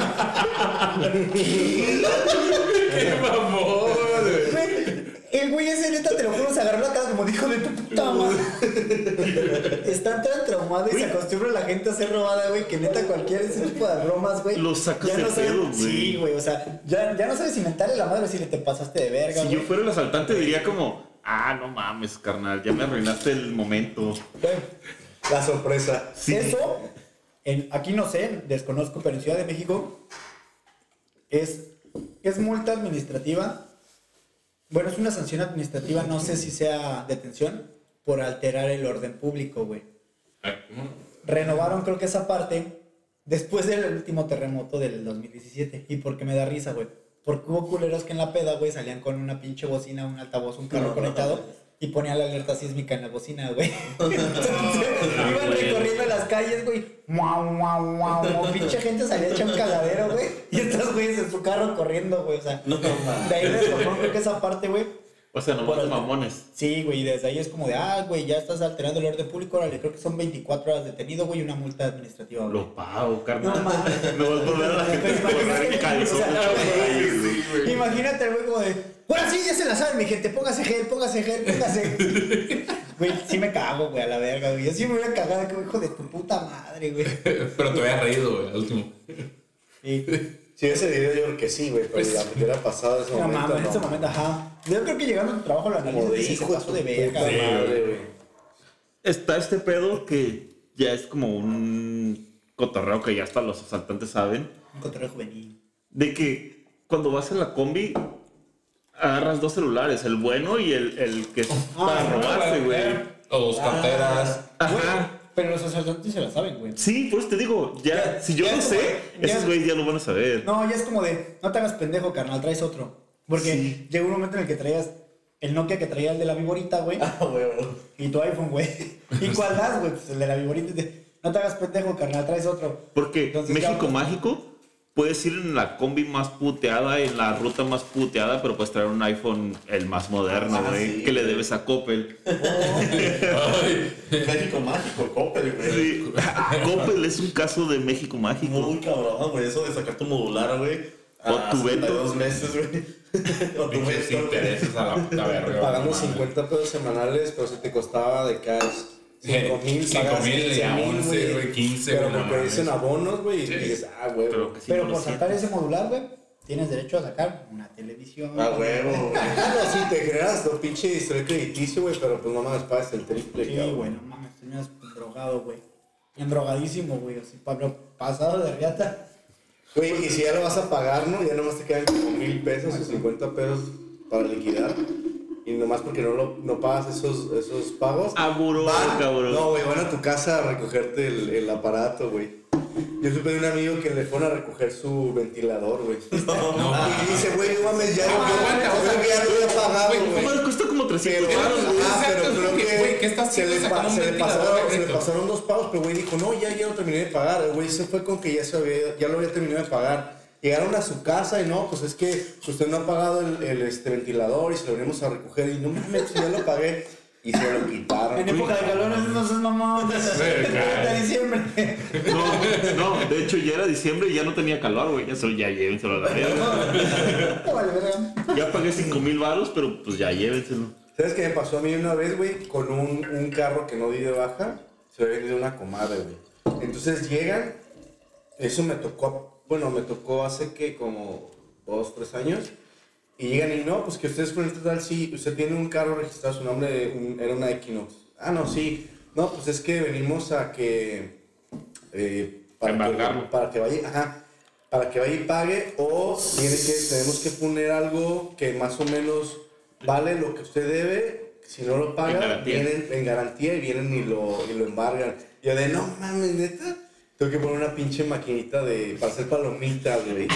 [SPEAKER 6] ¡Qué mamón! güey!
[SPEAKER 4] Güey, El güey ese neta, te lo juro, se agarró la cara como dijo de tu puta madre. Están tan traumados y se acostumbra la gente a ser robada, güey, que neta cualquier ese tipo de bromas, güey.
[SPEAKER 5] Los sacas
[SPEAKER 4] ya
[SPEAKER 5] de
[SPEAKER 4] saben-
[SPEAKER 5] pedo, güey.
[SPEAKER 4] Sí, güey, o sea, ya, ya no sabes si mentarle la madre o si le te pasaste de verga,
[SPEAKER 5] Si
[SPEAKER 4] güey.
[SPEAKER 5] yo fuera el asaltante diría como, ah, no mames, carnal, ya me arruinaste el momento.
[SPEAKER 4] Güey,
[SPEAKER 3] La sorpresa.
[SPEAKER 5] Sí.
[SPEAKER 4] Eso, en, aquí no sé, desconozco, pero en Ciudad de México es, es multa administrativa. Bueno, es una sanción administrativa, no sé si sea detención, por alterar el orden público, güey.
[SPEAKER 6] Ay, ¿cómo?
[SPEAKER 4] Renovaron creo que esa parte después del último terremoto del 2017. ¿Y por qué me da risa, güey? Porque hubo culeros que en la peda, güey, salían con una pinche bocina, un altavoz, un carro
[SPEAKER 2] No,
[SPEAKER 4] conectado
[SPEAKER 2] no.
[SPEAKER 4] y ponían la alerta sísmica en la bocina, güey. Entonces, iban recorriendo las calles, güey. Muau, muau, muau, muau. Pinche gente salía hecha un cagadero, güey. Y estos güeyes en su carro corriendo, güey. O sea,
[SPEAKER 2] No, mames.
[SPEAKER 4] de ahí retomaron creo que esa parte, güey.
[SPEAKER 5] O sea, nomás
[SPEAKER 4] Por
[SPEAKER 5] los
[SPEAKER 4] alter-
[SPEAKER 5] mamones.
[SPEAKER 4] Sí, güey, y desde ahí es como de, ah, güey, ya estás alterando el orden público, órale, creo que son 24 horas detenido, güey, y una multa administrativa, güey.
[SPEAKER 5] Lo pago, carnal.
[SPEAKER 4] No mames.
[SPEAKER 5] Me vas a volver a la gente a correr en calzón.
[SPEAKER 4] O sea,
[SPEAKER 5] por las calles, güey.
[SPEAKER 4] Imagínate, güey, como de, ahora sí, ya se la saben, mi gente, póngase gel, póngase gel, póngase. Güey, sí me cago, güey, a la verga, güey. Yo sí me hubiera cagado, como hijo de tu puta madre, güey.
[SPEAKER 6] Pero te voy a reído, güey, al último.
[SPEAKER 4] Sí.
[SPEAKER 3] Si ese video yo creo que sí, güey, pero
[SPEAKER 6] Pues-
[SPEAKER 3] la hubiera pasado en ese
[SPEAKER 4] No
[SPEAKER 3] momento.
[SPEAKER 4] mames, en
[SPEAKER 3] no.
[SPEAKER 4] ese momento, ajá. Yo creo que llegando a tu trabajo lo
[SPEAKER 3] Como
[SPEAKER 4] analizas
[SPEAKER 3] de
[SPEAKER 4] y se
[SPEAKER 3] hijo de
[SPEAKER 4] pasó
[SPEAKER 3] tu
[SPEAKER 4] de verga,
[SPEAKER 3] puta
[SPEAKER 4] güey.
[SPEAKER 3] madre, güey.
[SPEAKER 5] Está este pedo que ya es como un cotorreo que ya hasta los asaltantes saben.
[SPEAKER 4] Un cotorreo juvenil.
[SPEAKER 5] De que cuando vas en la combi, agarras dos celulares, el bueno y el, el que es
[SPEAKER 4] Oh,
[SPEAKER 3] Ah,
[SPEAKER 5] para robarse, güey.
[SPEAKER 6] O dos carteras.
[SPEAKER 5] Ajá.
[SPEAKER 4] Pero los asaltantes se la saben, güey.
[SPEAKER 5] Sí, por eso te digo, ya,
[SPEAKER 4] Ya,
[SPEAKER 5] si yo
[SPEAKER 4] ya
[SPEAKER 5] no
[SPEAKER 4] es
[SPEAKER 5] sé,
[SPEAKER 4] como- ya-
[SPEAKER 5] esos güeyes ya lo van a saber.
[SPEAKER 4] No, ya es como de, no te hagas pendejo, carnal, traes otro. Porque
[SPEAKER 5] Sí.
[SPEAKER 4] llegó un momento en el que traías el Nokia que traía el de la viborita, güey,
[SPEAKER 2] Ah, huevo.
[SPEAKER 4] y tu iPhone, güey. ¿Y cuál das, güey? Pues el de la viborita. y te- No te hagas pendejo, carnal, traes otro.
[SPEAKER 5] Porque
[SPEAKER 4] Entonces, ya,
[SPEAKER 5] México
[SPEAKER 4] pues,
[SPEAKER 5] Mágico, puedes ir en la combi más puteada, en la ruta más puteada, pero puedes traer un iPhone el más moderno,
[SPEAKER 2] Ah,
[SPEAKER 5] güey,
[SPEAKER 2] sí,
[SPEAKER 5] que le
[SPEAKER 2] güey.
[SPEAKER 5] debes a Coppel.
[SPEAKER 4] Oh, Ah.
[SPEAKER 6] Ay,
[SPEAKER 2] México mágico, Coppel, güey.
[SPEAKER 5] Sí. Coppel es un caso de México Mágico.
[SPEAKER 2] Muy cabrón, güey. Eso de sacar tu modular, güey.
[SPEAKER 5] O
[SPEAKER 2] a
[SPEAKER 5] tu Beto.
[SPEAKER 2] 72 meses, güey. o tu
[SPEAKER 6] pinches
[SPEAKER 2] Beto, güey.
[SPEAKER 6] intereses a la puta verga. güey,
[SPEAKER 3] Pagando
[SPEAKER 6] no mames.
[SPEAKER 3] 50 pesos semanales, pero si te costaba de cash.
[SPEAKER 6] Sí,
[SPEAKER 3] 5 mil,
[SPEAKER 6] 5,000 y a 11, güey, 15,
[SPEAKER 3] Pero
[SPEAKER 6] güey, no
[SPEAKER 3] porque dicen
[SPEAKER 6] mames.
[SPEAKER 3] abonos, güey, y
[SPEAKER 6] Sí.
[SPEAKER 3] dices, ah, güey.
[SPEAKER 5] Pero, que sí
[SPEAKER 4] Pero
[SPEAKER 5] no lo
[SPEAKER 4] por
[SPEAKER 5] siento.
[SPEAKER 4] saltar ese modular, güey, tienes derecho a sacar una televisión.
[SPEAKER 2] A huevo, Ah, güey.
[SPEAKER 3] Claro, sí, te generas tu pinche historia crediticio, güey, pero pues no mames, pagas el triple,
[SPEAKER 4] Sí,
[SPEAKER 3] cabrón.
[SPEAKER 4] güey, no mames, tenías drogado, güey. Bien drogadísimo, güey, así, Pablo, pasado de riata.
[SPEAKER 3] Güey, y si ya lo vas a pagar, ¿no? Ya nomás te quedan como mil pesos o 50 pesos para liquidar. Y nomás porque no, lo, no pagas esos, esos pagos.
[SPEAKER 5] Ah, buró,
[SPEAKER 3] van-
[SPEAKER 5] cabrón.
[SPEAKER 3] No, güey, van a tu casa a recogerte el, el aparato, güey. Yo supe de un amigo que le fueron a recoger su ventilador, güey. Y dice, güey, no mames, ya lo
[SPEAKER 6] aguanta, o sea,
[SPEAKER 3] creo que ya lo había pagado,
[SPEAKER 6] güey,
[SPEAKER 3] güey.
[SPEAKER 5] Bueno, cuesta como 300
[SPEAKER 3] Pero,
[SPEAKER 5] baros, güey.
[SPEAKER 3] ah,
[SPEAKER 6] exacto,
[SPEAKER 3] pero creo
[SPEAKER 6] porque,
[SPEAKER 3] que,
[SPEAKER 6] güey, ¿qué estás
[SPEAKER 3] se,
[SPEAKER 6] haciendo
[SPEAKER 3] le, pa-
[SPEAKER 6] sacando un
[SPEAKER 3] se le
[SPEAKER 6] ventilador
[SPEAKER 3] pasaron,
[SPEAKER 6] de
[SPEAKER 3] se le
[SPEAKER 6] crédito?
[SPEAKER 3] pasaron dos pagos, pero güey dijo, no, ya, ya lo terminé de pagar. El güey se fue con que ya, se había, ya lo había terminado de pagar. Llegaron a su casa y no, pues es que usted no ha pagado el, el, este, ventilador y se lo venimos a recoger. Y no mames, pues, ya lo pagué. Y se lo
[SPEAKER 4] En
[SPEAKER 3] quitaron.
[SPEAKER 4] época de calor, entonces, mamá, hasta diciembre.
[SPEAKER 5] No, no, de hecho ya era diciembre y ya no tenía calor, güey. Ya, solo- ya llévenselo a la verga.
[SPEAKER 4] No, vale, verga.
[SPEAKER 5] Ya pagué 5 mil baros, pero pues ya llévenselo.
[SPEAKER 3] ¿Sabes qué me pasó a mí una vez, güey? Con un, un carro que no di de baja, se había venido una comadre, güey. Entonces llegan, eso me tocó, bueno, me tocó hace que como dos, tres años, y llegan y no, pues que ustedes fueron total, sí, usted tiene un carro registrado, su nombre un- era una Equinox. Ah, no, sí. No, pues es que venimos a que... eh,
[SPEAKER 5] Embargarlo.
[SPEAKER 3] que, para que vaya, ajá, para que vaya y pague, o tiene que, tenemos que poner algo que más o menos vale lo que usted debe, si no lo paga,
[SPEAKER 5] En garantía.
[SPEAKER 3] vienen en garantía y vienen y lo, y lo embargan. Yo de, no mames, neta, tengo que poner una pinche maquinita de, para hacer palomitas, güey.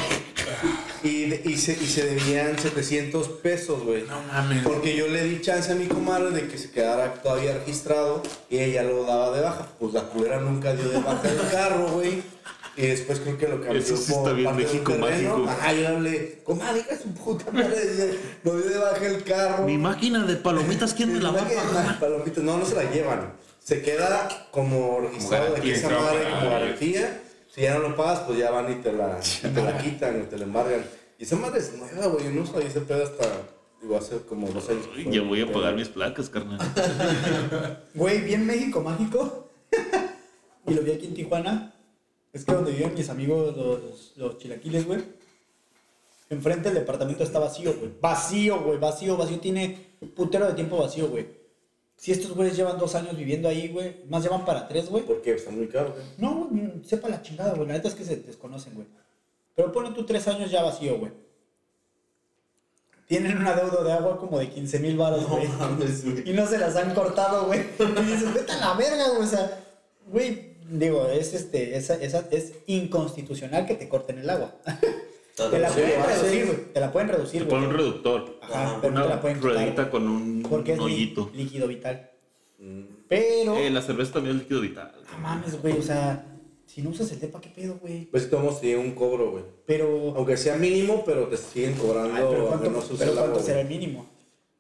[SPEAKER 3] Y, de- y, se, y se debían 700 pesos, güey.
[SPEAKER 6] No mames.
[SPEAKER 3] Porque yo le di chance a mi comadre de que se quedara todavía registrado y ella lo daba de baja. Pues la culera nunca dio de baja el carro, güey. Y después creo que lo cambió
[SPEAKER 5] Eso sí
[SPEAKER 3] por
[SPEAKER 5] está bien
[SPEAKER 3] parte de un
[SPEAKER 5] México
[SPEAKER 3] terreno.
[SPEAKER 5] mágico.
[SPEAKER 3] Ajá, yo hablé, comadre, hija de su puta madre, dice, no dio de baja el carro.
[SPEAKER 5] Mi máquina de palomitas, ¿quién me la va a
[SPEAKER 3] Imagínate,
[SPEAKER 5] pagar?
[SPEAKER 3] palomitas, no, no se la llevan. se queda como registrado de que esa
[SPEAKER 6] garantía,
[SPEAKER 3] madre,
[SPEAKER 6] ah,
[SPEAKER 3] como
[SPEAKER 6] ya.
[SPEAKER 3] garantía. Si ya no lo pagas, pues ya van y te la, y te la quitan o te la embargan. Y esa madre es nueva, güey. Yo no sabía ese pedo hasta, digo, hace como dos años.
[SPEAKER 5] Ay, Ya voy a pagar mis placas, carnal.
[SPEAKER 4] Ah, Güey, vi en México Mágico y lo vi aquí en Tijuana. Es que donde viven mis amigos los, los chilaquiles, güey. Enfrente el departamento está vacío, güey. Vacío, güey, vacío, vacío. Tiene putero de tiempo vacío, güey. Si estos güeyes llevan dos años viviendo ahí, güey, más llevan para tres, güey.
[SPEAKER 3] Porque está muy caro, güey.
[SPEAKER 4] No, mm, sepa la chingada, güey. La neta es que se desconocen, güey. Pero pone tú tres años ya vacío, güey. Tienen una deuda de agua como de 15 mil baros,
[SPEAKER 2] No
[SPEAKER 4] güey.
[SPEAKER 2] mames, güey.
[SPEAKER 4] Y no se las han cortado, güey. Y dices, vete a la verga, güey. O sea, güey, digo, es, este, esa, esa, es inconstitucional que te corten el agua. Te la
[SPEAKER 2] Sí,
[SPEAKER 4] pueden
[SPEAKER 2] va, sí.
[SPEAKER 4] reducir, güey. Te la pueden reducir, güey.
[SPEAKER 5] Te ponen un reductor.
[SPEAKER 4] Ajá,
[SPEAKER 2] Ajá,
[SPEAKER 4] Ah, pero no te
[SPEAKER 5] Una
[SPEAKER 4] la pueden quitar.
[SPEAKER 5] ruedita con un,
[SPEAKER 4] güey, Porque es
[SPEAKER 5] un
[SPEAKER 4] lí-
[SPEAKER 5] hoyito.
[SPEAKER 4] líquido vital.
[SPEAKER 3] Mm.
[SPEAKER 4] Pero,
[SPEAKER 5] Eh, la cerveza también es líquido vital.
[SPEAKER 4] no mames, güey. O sea, si no usas el depa, ¿qué pedo, güey?
[SPEAKER 3] Pues tomo sí un cobro, güey.
[SPEAKER 4] Pero,
[SPEAKER 3] Aunque sea mínimo, pero te siguen
[SPEAKER 4] ay,
[SPEAKER 3] cobrando.
[SPEAKER 4] pero
[SPEAKER 3] aunque
[SPEAKER 4] ¿cuánto,
[SPEAKER 3] no se use
[SPEAKER 4] pero
[SPEAKER 3] el
[SPEAKER 4] ¿cuánto
[SPEAKER 3] agua,
[SPEAKER 4] será
[SPEAKER 3] güey.
[SPEAKER 4] el mínimo?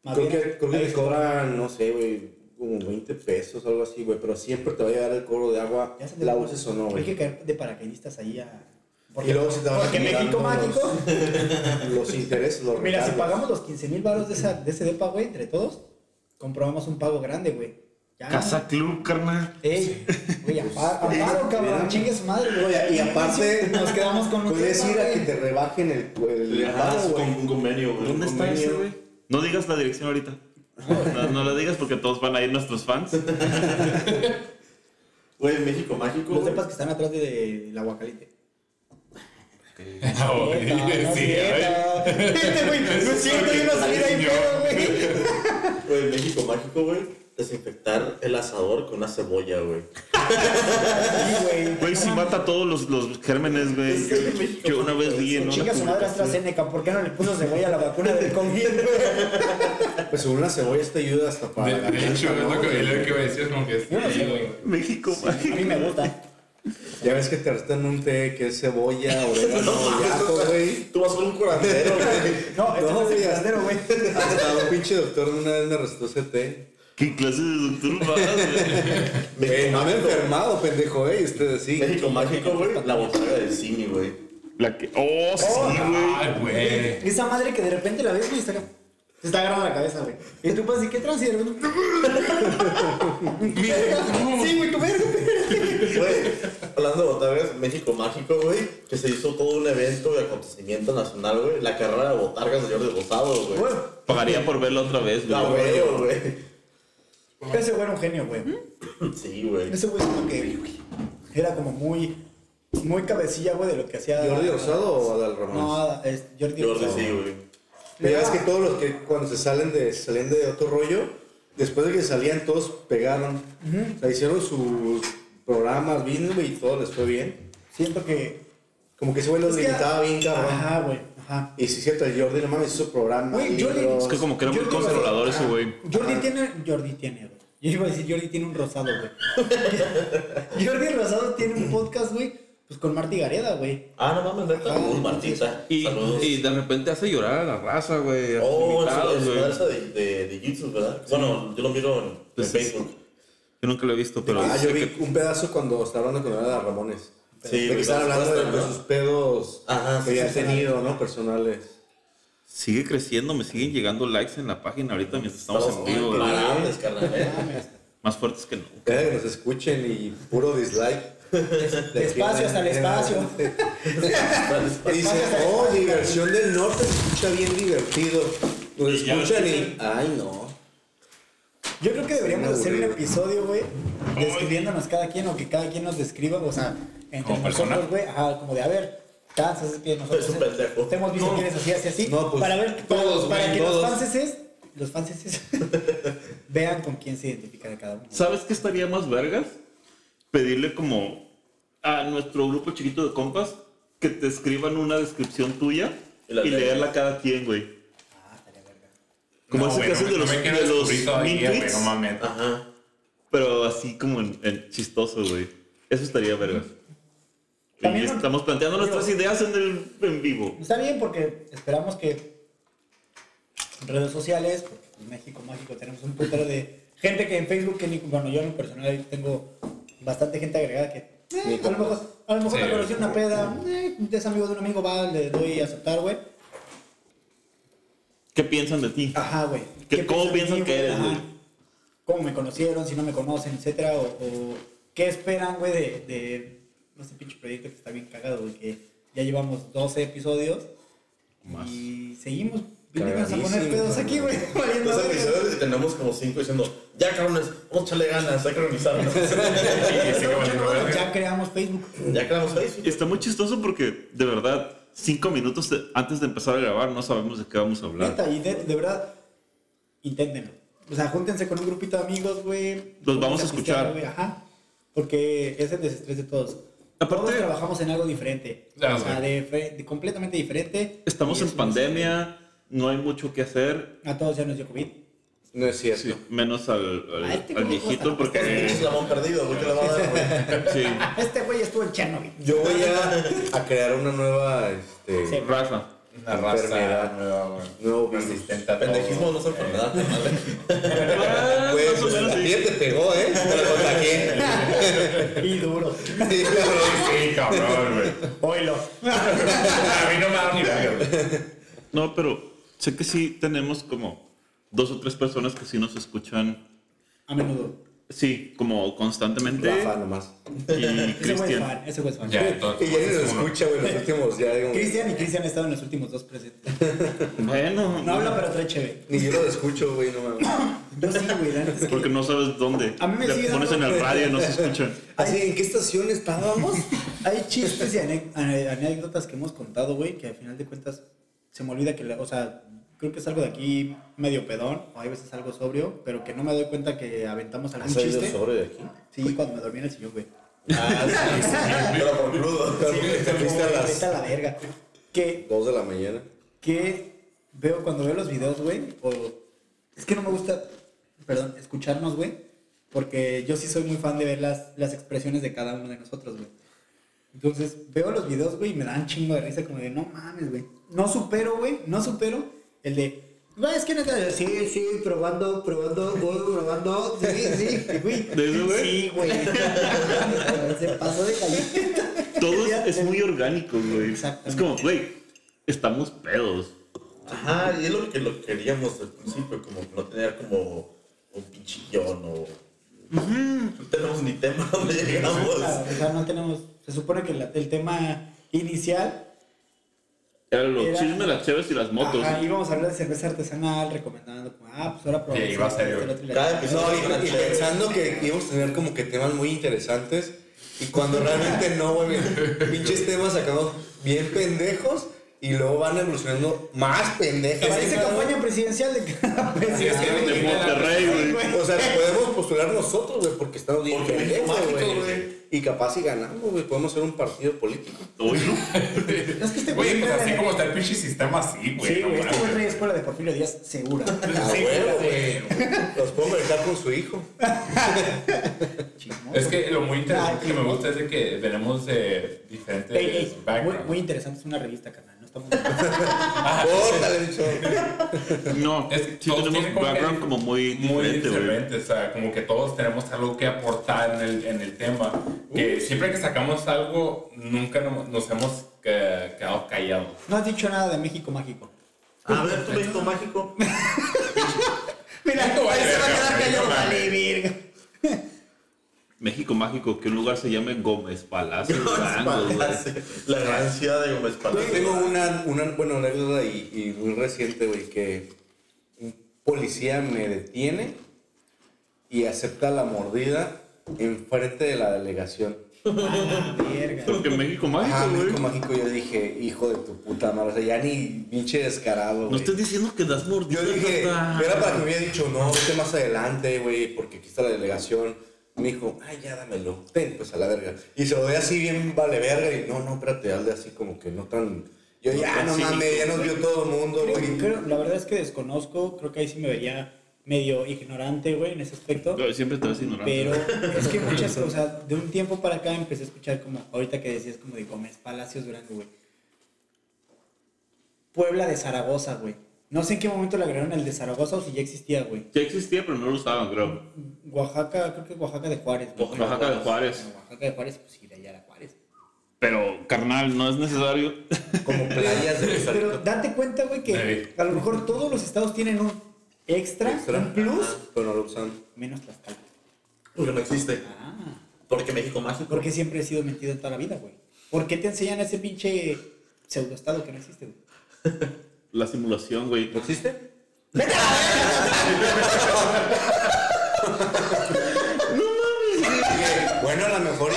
[SPEAKER 4] Más
[SPEAKER 3] Creo
[SPEAKER 4] bien,
[SPEAKER 3] que, creo que
[SPEAKER 4] ahí
[SPEAKER 3] te
[SPEAKER 4] está.
[SPEAKER 3] cobran, no sé, güey, como 20 pesos o algo así, güey. Pero siempre te va a llegar el cobro de agua,
[SPEAKER 4] Ya se te-
[SPEAKER 3] la uses o no,
[SPEAKER 4] Hay que
[SPEAKER 3] güey.
[SPEAKER 4] caer de paracaidistas ahí a.
[SPEAKER 3] Y luego se te van
[SPEAKER 4] porque México
[SPEAKER 3] acumulando
[SPEAKER 4] Mágico.
[SPEAKER 3] Los intereses, los
[SPEAKER 4] Mira, si
[SPEAKER 3] recargos.
[SPEAKER 4] pagamos los 15 mil baros de, esa- de ese depa, güey, entre todos, comprobamos un pago grande, güey. Ya.
[SPEAKER 5] Casa Club, carnal.
[SPEAKER 4] Ey, güey, apa-
[SPEAKER 3] Pues,
[SPEAKER 4] aparo, cabrón,
[SPEAKER 3] mira.
[SPEAKER 4] chingue su madre, güey.
[SPEAKER 3] Y aparte,
[SPEAKER 4] nos quedamos con un
[SPEAKER 3] Puedes
[SPEAKER 4] depa,
[SPEAKER 3] ir a
[SPEAKER 4] güey.
[SPEAKER 3] que te rebajen el, el
[SPEAKER 2] Le
[SPEAKER 3] pago,
[SPEAKER 2] das con
[SPEAKER 3] güey.
[SPEAKER 2] un convenio, güey.
[SPEAKER 5] ¿Dónde está ese, güey? No digas la dirección ahorita. No, no la digas porque todos van a ir nuestros fans.
[SPEAKER 2] Güey, México Mágico.
[SPEAKER 4] Los
[SPEAKER 2] güey.
[SPEAKER 4] depas que están atrás de- del aguacalite.
[SPEAKER 6] No,
[SPEAKER 4] Neta, no es
[SPEAKER 6] Oh, sí, ay.
[SPEAKER 4] cierto. Este, güey, no es cierto, yo no salí de ahí,
[SPEAKER 6] Yo.
[SPEAKER 4] pero, güey.
[SPEAKER 2] Güey, México Mágico, güey. Desinfectar el asador con una cebolla, güey.
[SPEAKER 4] Sí, güey.
[SPEAKER 5] Güey, si mata todos los, los gérmenes, güey.
[SPEAKER 2] Es que en México
[SPEAKER 5] Yo una vez vi en una
[SPEAKER 4] Chinga su madre
[SPEAKER 5] publicación.
[SPEAKER 4] AstraZeneca, ¿por qué no le puso cebolla a la vacuna del COVID, güey?
[SPEAKER 3] Pues según las cebollas te ayuda hasta para.
[SPEAKER 6] De,
[SPEAKER 3] la
[SPEAKER 6] de hecho,
[SPEAKER 3] garganta,
[SPEAKER 6] es lo
[SPEAKER 3] ¿no?
[SPEAKER 6] que, es lo que iba a decir, es como que...
[SPEAKER 4] Yo no sé, güey.
[SPEAKER 5] México, mágico.
[SPEAKER 4] A mí me gusta.
[SPEAKER 3] Ya ves que te restan un té que es cebolla, orégano, y ajo, güey.
[SPEAKER 2] Tú vas con un curandero, güey.
[SPEAKER 4] No, este
[SPEAKER 3] No,
[SPEAKER 4] no es el
[SPEAKER 3] güey.
[SPEAKER 4] curandero, güey.
[SPEAKER 3] Hasta un pinche doctor una vez me restó ese té.
[SPEAKER 5] ¿Qué clase de doctor vas, güey?
[SPEAKER 3] Eh, no me he enfermado, pendejo, eh. y Ustedes sí.
[SPEAKER 2] México Mágico, güey. La botarga del cine, güey.
[SPEAKER 5] La que. ¡Oh, sí, güey!
[SPEAKER 6] Ay, güey.
[SPEAKER 4] Esa madre que de repente la ves, güey, está acá. Te está agarrando la cabeza, güey. Y tú pasas, ¿y qué trans? Y de repente. Sí, güey, tu verga.
[SPEAKER 2] Güey, hablando de botargas, México Mágico, güey, que se hizo todo un evento de acontecimiento nacional, güey. La carrera de botargas de Jordi Rosado, güey.
[SPEAKER 4] Bueno,
[SPEAKER 5] Pagaría por verla otra vez,
[SPEAKER 2] La
[SPEAKER 5] güey.
[SPEAKER 2] huevo, Ah, güey.
[SPEAKER 4] ese güey era un genio, güey.
[SPEAKER 2] Sí, güey.
[SPEAKER 4] Ese güey siento que era como muy. Muy cabecilla, güey, de lo que hacía.
[SPEAKER 3] ¿Jordi Rosado o Adal Ramones?
[SPEAKER 4] No, es Jordi
[SPEAKER 2] Jordi
[SPEAKER 4] Rosado.
[SPEAKER 2] sí, güey.
[SPEAKER 3] Pero ya ves que todos los que cuando se salen de, salían de otro rollo, después de que salían todos pegaron. O sea, hicieron sus programas, vino güey, y todo les fue bien.
[SPEAKER 4] Siento que.
[SPEAKER 3] Como que ese güey los
[SPEAKER 4] Es que-
[SPEAKER 3] limitaba bien, cabrón.
[SPEAKER 4] Ajá, güey. Ajá.
[SPEAKER 3] Y sí, es cierto, el Jordi, no mames, hizo su programa.
[SPEAKER 4] Güey, Jordi-
[SPEAKER 3] libros.
[SPEAKER 5] Es que como que era muy
[SPEAKER 4] Yo digo-
[SPEAKER 5] conservador ese güey.
[SPEAKER 4] Jordi tiene. Jordi tiene, güey. Yo iba a decir, Jordi tiene un rosado, güey. Jordi Rosado tiene un podcast, güey. Pues con Marti Gareda, güey.
[SPEAKER 2] Ah, no mames, neta. Uh, Martita.
[SPEAKER 5] Y,
[SPEAKER 2] Saludos.
[SPEAKER 5] y de repente hace llorar a la raza, güey. a los
[SPEAKER 2] Oh,
[SPEAKER 5] invitados,
[SPEAKER 2] es su
[SPEAKER 5] güey.
[SPEAKER 2] danza de, de, de YouTube, ¿verdad? Bueno, yo lo miro en, en
[SPEAKER 5] Pues es-
[SPEAKER 2] Facebook.
[SPEAKER 5] Yo nunca lo he visto, pero.
[SPEAKER 3] Ah, yo
[SPEAKER 5] sé
[SPEAKER 3] vi
[SPEAKER 5] que-
[SPEAKER 3] un pedazo cuando estaba hablando con Adal Ramones.
[SPEAKER 2] Sí,
[SPEAKER 3] de que
[SPEAKER 2] güey,
[SPEAKER 3] estaban hablando de,
[SPEAKER 2] bastante,
[SPEAKER 3] de
[SPEAKER 2] ¿no?
[SPEAKER 3] sus pedos
[SPEAKER 2] Ajá,
[SPEAKER 3] que
[SPEAKER 2] sí,
[SPEAKER 3] habían
[SPEAKER 2] sí, sí.
[SPEAKER 3] tenido, ¿no? Personales.
[SPEAKER 5] Sigue creciendo, me siguen llegando likes en la página ahorita mientras estamos en vivo, güey.
[SPEAKER 2] Imparables, Ah, carnal, eh.
[SPEAKER 4] Mames.
[SPEAKER 5] Más fuertes que no.
[SPEAKER 3] Cada que nos escuchen y puro dislike.
[SPEAKER 4] Despacio hasta el espacio.
[SPEAKER 3] Y dice, oh, diversión del norte se escucha bien divertido. Lo
[SPEAKER 5] Y ya lo
[SPEAKER 3] escuchan y.
[SPEAKER 5] escuchan.
[SPEAKER 3] Ay, no.
[SPEAKER 4] Yo creo que deberíamos
[SPEAKER 3] Suena
[SPEAKER 4] hacer un
[SPEAKER 3] aburrido.
[SPEAKER 4] episodio, güey, describiéndonos cada quien o que cada quien nos describa, o sea, entre
[SPEAKER 6] ¿Como
[SPEAKER 4] nosotros,
[SPEAKER 6] persona?
[SPEAKER 4] güey, ajá, como de a ver, cansas que nosotros
[SPEAKER 2] Eres un pendejo.
[SPEAKER 4] te hemos visto
[SPEAKER 2] No.
[SPEAKER 4] que eres así, así, así,
[SPEAKER 3] No, pues,
[SPEAKER 4] para ver, para,
[SPEAKER 3] todos,
[SPEAKER 4] para
[SPEAKER 3] güey,
[SPEAKER 4] que
[SPEAKER 3] todos.
[SPEAKER 4] los fanses, los fanses vean con quién se identifica de cada uno.
[SPEAKER 5] ¿Sabes qué estaría más vergas? Pedirle como a nuestro grupo chiquito de compas que te escriban una descripción tuya
[SPEAKER 2] Y
[SPEAKER 5] y,
[SPEAKER 2] la leemos.
[SPEAKER 5] leerla cada quien, güey.
[SPEAKER 4] Ah, estaría verga.
[SPEAKER 5] Como
[SPEAKER 6] No,
[SPEAKER 5] ese
[SPEAKER 6] güey,
[SPEAKER 5] caso
[SPEAKER 6] no,
[SPEAKER 5] de
[SPEAKER 6] no
[SPEAKER 5] los,
[SPEAKER 6] me quiero
[SPEAKER 5] de los
[SPEAKER 6] descubrir todavía,
[SPEAKER 5] mean
[SPEAKER 6] güey,
[SPEAKER 5] tweets,
[SPEAKER 6] no mames.
[SPEAKER 2] Ajá.
[SPEAKER 5] pero así como en, en chistoso, güey. Eso estaría vergas. Y
[SPEAKER 4] También no-
[SPEAKER 5] estamos planteando
[SPEAKER 4] digo-
[SPEAKER 5] nuestras ideas en, el, en vivo.
[SPEAKER 4] Está bien porque esperamos que redes sociales, porque en México Mágico pues, tenemos un putero de Gente que en Facebook, que ni- bueno, yo en lo personal ahí tengo bastante gente agregada que eh,
[SPEAKER 3] Ni
[SPEAKER 4] a lo mejor, a lo mejor
[SPEAKER 6] Sí.
[SPEAKER 4] me conocí en una peda, eh, es amigo de un amigo, va, le doy a aceptar, güey.
[SPEAKER 5] ¿Qué piensan de ti?
[SPEAKER 4] Ajá, güey.
[SPEAKER 5] ¿Qué-
[SPEAKER 4] ¿Qué
[SPEAKER 5] cómo
[SPEAKER 4] piensan de mí,
[SPEAKER 5] piensan que eres,
[SPEAKER 4] Ajá.
[SPEAKER 5] güey?
[SPEAKER 4] ¿Cómo me conocieron? Si no me conocen, etcétera. O, o qué esperan, güey, de, de no sé, pinche proyecto que está bien cagado, güey, que ya llevamos 12 episodios
[SPEAKER 5] Más.
[SPEAKER 4] y seguimos. Venimos a poner
[SPEAKER 3] Cagadísimo,
[SPEAKER 4] pedos aquí, güey. valiendo
[SPEAKER 2] Los
[SPEAKER 4] verga.
[SPEAKER 2] episodios que tenemos como cinco diciendo, ya cabrones, vamos a echarle ganas, hay que organizarnos.
[SPEAKER 6] sí, que valió verga.
[SPEAKER 4] Ya creamos Facebook.
[SPEAKER 2] ya creamos Facebook.
[SPEAKER 5] Está muy chistoso porque, de verdad, cinco minutos de- antes de empezar a grabar no sabemos de qué vamos a hablar.
[SPEAKER 4] Neta, y de, de verdad, inténtenlo. O sea, júntense con un grupito de amigos, güey.
[SPEAKER 5] Los vamos a
[SPEAKER 4] Júntense pistear,
[SPEAKER 5] escuchar.
[SPEAKER 4] güey, Ajá. Porque es el desestrés de todos.
[SPEAKER 5] Aparte-
[SPEAKER 4] todos trabajamos en algo diferente.
[SPEAKER 6] Ya,
[SPEAKER 4] o sea,
[SPEAKER 6] güey.
[SPEAKER 4] de, fre- de completamente diferente.
[SPEAKER 5] Estamos
[SPEAKER 4] Y
[SPEAKER 5] en
[SPEAKER 4] eso nos-
[SPEAKER 5] pandemia, no hay mucho que hacer,
[SPEAKER 4] A todos ya nos dio COVID.
[SPEAKER 3] No es cierto.
[SPEAKER 5] menos al, al-
[SPEAKER 4] A este
[SPEAKER 5] al
[SPEAKER 4] güey,
[SPEAKER 5] viejito
[SPEAKER 4] cosa.
[SPEAKER 5] porque...
[SPEAKER 2] Es la mon perdido, ¿por qué la va a dar, güey?
[SPEAKER 5] Sí,
[SPEAKER 4] Este güey estuvo en Chernobyl.
[SPEAKER 3] Yo voy a, a crear una nueva, este,
[SPEAKER 4] Sí.
[SPEAKER 5] Rafa.
[SPEAKER 6] Una raza
[SPEAKER 3] Enfermedad.
[SPEAKER 6] nueva, güey.
[SPEAKER 3] nuevo business.
[SPEAKER 6] Resistente a todo.
[SPEAKER 2] Pendejismo no es enfermedad, ¿vale?
[SPEAKER 5] Ah,
[SPEAKER 3] Güey,
[SPEAKER 5] más o
[SPEAKER 3] pues,
[SPEAKER 5] menos,
[SPEAKER 3] a
[SPEAKER 5] sí.
[SPEAKER 3] ti ya te pegó, ¿eh? Te lo contagié.
[SPEAKER 4] Y duro.
[SPEAKER 3] Sí, cabrón.
[SPEAKER 6] Sí, cabrón, güey.
[SPEAKER 4] Oilo.
[SPEAKER 6] A mí no me da ni verga, güey.
[SPEAKER 5] No, pero sé que sí tenemos como dos o tres personas que sí nos escuchan,
[SPEAKER 4] A menudo.
[SPEAKER 5] sí, como constantemente.
[SPEAKER 3] Rafa nomás.
[SPEAKER 5] Y
[SPEAKER 4] Ese güey es
[SPEAKER 5] Cristian.
[SPEAKER 4] fan. Ese güey es fan.
[SPEAKER 6] Ya, entonces. pues,
[SPEAKER 3] Y ya ni lo
[SPEAKER 6] es uno.
[SPEAKER 3] escucha, güey, los últimos, ya digo.
[SPEAKER 4] Cristian y Cristian han estado en los últimos dos presentes.
[SPEAKER 5] Bueno,
[SPEAKER 4] No habla, pero trae chévere.
[SPEAKER 3] Ni yo lo escucho, güey, no mames.
[SPEAKER 4] Yo sí, güey. la neta es que-
[SPEAKER 5] porque no sabes dónde.
[SPEAKER 4] A mí me
[SPEAKER 5] Le
[SPEAKER 4] sigue
[SPEAKER 5] pones en
[SPEAKER 4] dando-
[SPEAKER 5] el radio y no se escuchan.
[SPEAKER 3] Así, ¿en qué estación estábamos?
[SPEAKER 4] Hay chistes y ane- ane- anécdotas que hemos contado, güey, que al final de cuentas se me olvida que, la- o sea, creo que salgo de aquí medio pedón, o hay veces algo sobrio, pero que no me doy cuenta que aventamos algún
[SPEAKER 3] ¿Soy
[SPEAKER 4] chiste.
[SPEAKER 3] sobre de aquí?
[SPEAKER 4] Sí, cuando me dormí en el sillón, güey.
[SPEAKER 2] Ah, sí, sí, pero por crudo.
[SPEAKER 3] Te fuiste a
[SPEAKER 4] Como,
[SPEAKER 3] las
[SPEAKER 4] "Vete a la verga. Que,
[SPEAKER 3] Dos de la mañana.
[SPEAKER 4] que veo cuando veo los videos, güey, o... Es que no me gusta, perdón, escucharnos, güey, porque yo sí soy muy fan de ver las, las expresiones de cada uno de nosotros, güey. Entonces veo los videos, güey, y me dan chingo de risa, como de no mames, güey. No supero, güey, no supero el de. Güey, es que neta, sí, sí, probando, probando, güey, probando, sí, sí, güey.
[SPEAKER 5] ¿De eso, güey?
[SPEAKER 4] Sí, güey. Se pasó de galleta.
[SPEAKER 5] Todo
[SPEAKER 4] Ya,
[SPEAKER 5] es
[SPEAKER 4] ya.
[SPEAKER 5] muy orgánico, güey.
[SPEAKER 4] Exactamente.
[SPEAKER 5] Es como, güey, estamos pedos.
[SPEAKER 2] Ajá, y es lo que lo queríamos al principio, como no tener como un pinche guión o... No tenemos ni tema donde llegamos.
[SPEAKER 4] O sea, no tenemos. Se supone que la- el tema inicial.
[SPEAKER 5] Era los
[SPEAKER 4] Era-
[SPEAKER 5] chismes, las chéves y las motos.
[SPEAKER 4] Ajá, íbamos a hablar de cerveza artesanal, recomendando, como, ah, pues ahora probamos.
[SPEAKER 6] Sí, iba a ser,
[SPEAKER 4] este,
[SPEAKER 6] güey.
[SPEAKER 4] el otro y la
[SPEAKER 2] Cada
[SPEAKER 4] chingada.
[SPEAKER 2] episodio
[SPEAKER 3] No, y, y pensando que íbamos a tener como que temas muy interesantes. Y cuando realmente no, güey. mira, Pinches temas sacados bien pendejos. Y luego van evolucionando más pendejos.
[SPEAKER 4] Parece campaña presidencial de cada
[SPEAKER 6] Sí, es que
[SPEAKER 4] presidente.
[SPEAKER 5] De
[SPEAKER 6] güey,
[SPEAKER 5] Monterrey, güey.
[SPEAKER 3] O sea, podemos postular nosotros, güey, porque estamos bien
[SPEAKER 2] Porque
[SPEAKER 3] pendejos,
[SPEAKER 2] somos mágicos,
[SPEAKER 3] güey.
[SPEAKER 2] güey.
[SPEAKER 3] Y capaz si ganamos, güey, podemos ser un partido político.
[SPEAKER 5] Hoy no.
[SPEAKER 4] No es que este
[SPEAKER 6] Oye, pues
[SPEAKER 4] trae-
[SPEAKER 6] así como está el pinche sistema, así, güey.
[SPEAKER 4] Sí,
[SPEAKER 6] no
[SPEAKER 4] güey, este güey
[SPEAKER 6] mames.
[SPEAKER 4] trae escuela de Porfirio Díaz segura.
[SPEAKER 3] A
[SPEAKER 6] Sí,
[SPEAKER 3] huevo,
[SPEAKER 6] güey.
[SPEAKER 3] güey. Los puedo mercar con su hijo.
[SPEAKER 4] Chismoso.
[SPEAKER 6] Es que lo muy interesante
[SPEAKER 4] Ay,
[SPEAKER 6] que me gusta es de que tenemos de diferentes
[SPEAKER 4] Ey, ey, muy,
[SPEAKER 6] backgrounds.
[SPEAKER 4] muy interesante, es una revista, canal. No estamos.
[SPEAKER 3] Ah, Córtale, bicho.
[SPEAKER 5] No,
[SPEAKER 6] Es-
[SPEAKER 5] sí
[SPEAKER 6] todos
[SPEAKER 5] tenemos
[SPEAKER 6] tienen como
[SPEAKER 5] background
[SPEAKER 6] que-
[SPEAKER 5] como muy
[SPEAKER 6] muy
[SPEAKER 5] diferente, güey.
[SPEAKER 6] diferente, o sea, como que todos tenemos algo que aportar en el, en el tema. Que siempre que sacamos algo, nunca no- nos hemos eh, quedado callados.
[SPEAKER 4] No has dicho nada de México mágico.
[SPEAKER 2] A ver, tu México mágico.
[SPEAKER 4] Mira,
[SPEAKER 6] No, vale,
[SPEAKER 4] ahí se va a
[SPEAKER 6] verga,
[SPEAKER 4] quedar
[SPEAKER 6] güey,
[SPEAKER 4] callado,
[SPEAKER 6] no mames.
[SPEAKER 4] vale, verga.
[SPEAKER 5] México Mágico, que un lugar se llame Gómez Palacio. Durango, güey.
[SPEAKER 2] La gran ciudad de Gómez
[SPEAKER 3] Yo
[SPEAKER 2] Palacio.
[SPEAKER 3] tengo una, una bueno, anécdota y, y muy reciente, güey, que un policía me detiene y acepta la mordida enfrente de la delegación.
[SPEAKER 4] Ah, verga.
[SPEAKER 5] Porque México
[SPEAKER 3] Ah,
[SPEAKER 5] Mágico, güey.
[SPEAKER 3] México Mágico, yo dije, hijo de tu puta madre, o sea, ya ni pinche descarado,
[SPEAKER 5] No
[SPEAKER 3] güey.
[SPEAKER 5] estés diciendo que das
[SPEAKER 3] Yo
[SPEAKER 5] mordidas.
[SPEAKER 3] dije,
[SPEAKER 5] nota.
[SPEAKER 3] era para que me hubiera dicho, no, vete más adelante, güey, porque aquí está la delegación. Me dijo, ay, ya dámelo, ten, pues a la verga. Y se lo doy así bien, vale verga, y no, no, espérate, hazle así como que no tan. Yo,
[SPEAKER 5] No
[SPEAKER 3] ya,
[SPEAKER 5] tan
[SPEAKER 3] no mames,
[SPEAKER 5] cínico,
[SPEAKER 3] ya nos vio todo el mundo,
[SPEAKER 4] Creo-
[SPEAKER 3] güey.
[SPEAKER 4] creo- la verdad es que desconozco, creo que ahí sí me vería medio ignorante, güey, en ese aspecto.
[SPEAKER 5] Yo Siempre te vas ignorando.
[SPEAKER 4] Pero es que muchas cosas, de un tiempo para acá empecé a escuchar como, ahorita que decías como de Gómez Palacios Durango, güey. Puebla de Zaragoza, güey. No sé en qué momento le agregaron el de Zaragoza o si ya existía, güey.
[SPEAKER 5] Ya existía, pero no lo usaban, creo.
[SPEAKER 4] Oaxaca, creo que Oaxaca de Juárez. güey.
[SPEAKER 5] Oaxaca de Juárez.
[SPEAKER 4] Oaxaca de Juárez, pues sí, de allá era Juárez.
[SPEAKER 5] Pero, carnal, no es necesario.
[SPEAKER 2] Como playas de
[SPEAKER 4] Pero date cuenta, güey, que
[SPEAKER 6] Ey.
[SPEAKER 4] a lo mejor todos los estados tienen un extra,
[SPEAKER 2] Extra.
[SPEAKER 4] un plus,
[SPEAKER 2] Ajá.
[SPEAKER 3] Pero no lo usan.
[SPEAKER 4] menos Tlaxcala.
[SPEAKER 2] Porque no existe. Ah. Porque México mágico.
[SPEAKER 4] Porque siempre he sido mentido toda la vida, güey. ¿Por qué te enseñan ese pinche pseudoestado que no existe, güey?
[SPEAKER 5] La simulación, güey.
[SPEAKER 3] ¿No existe? Bueno, a lo mejor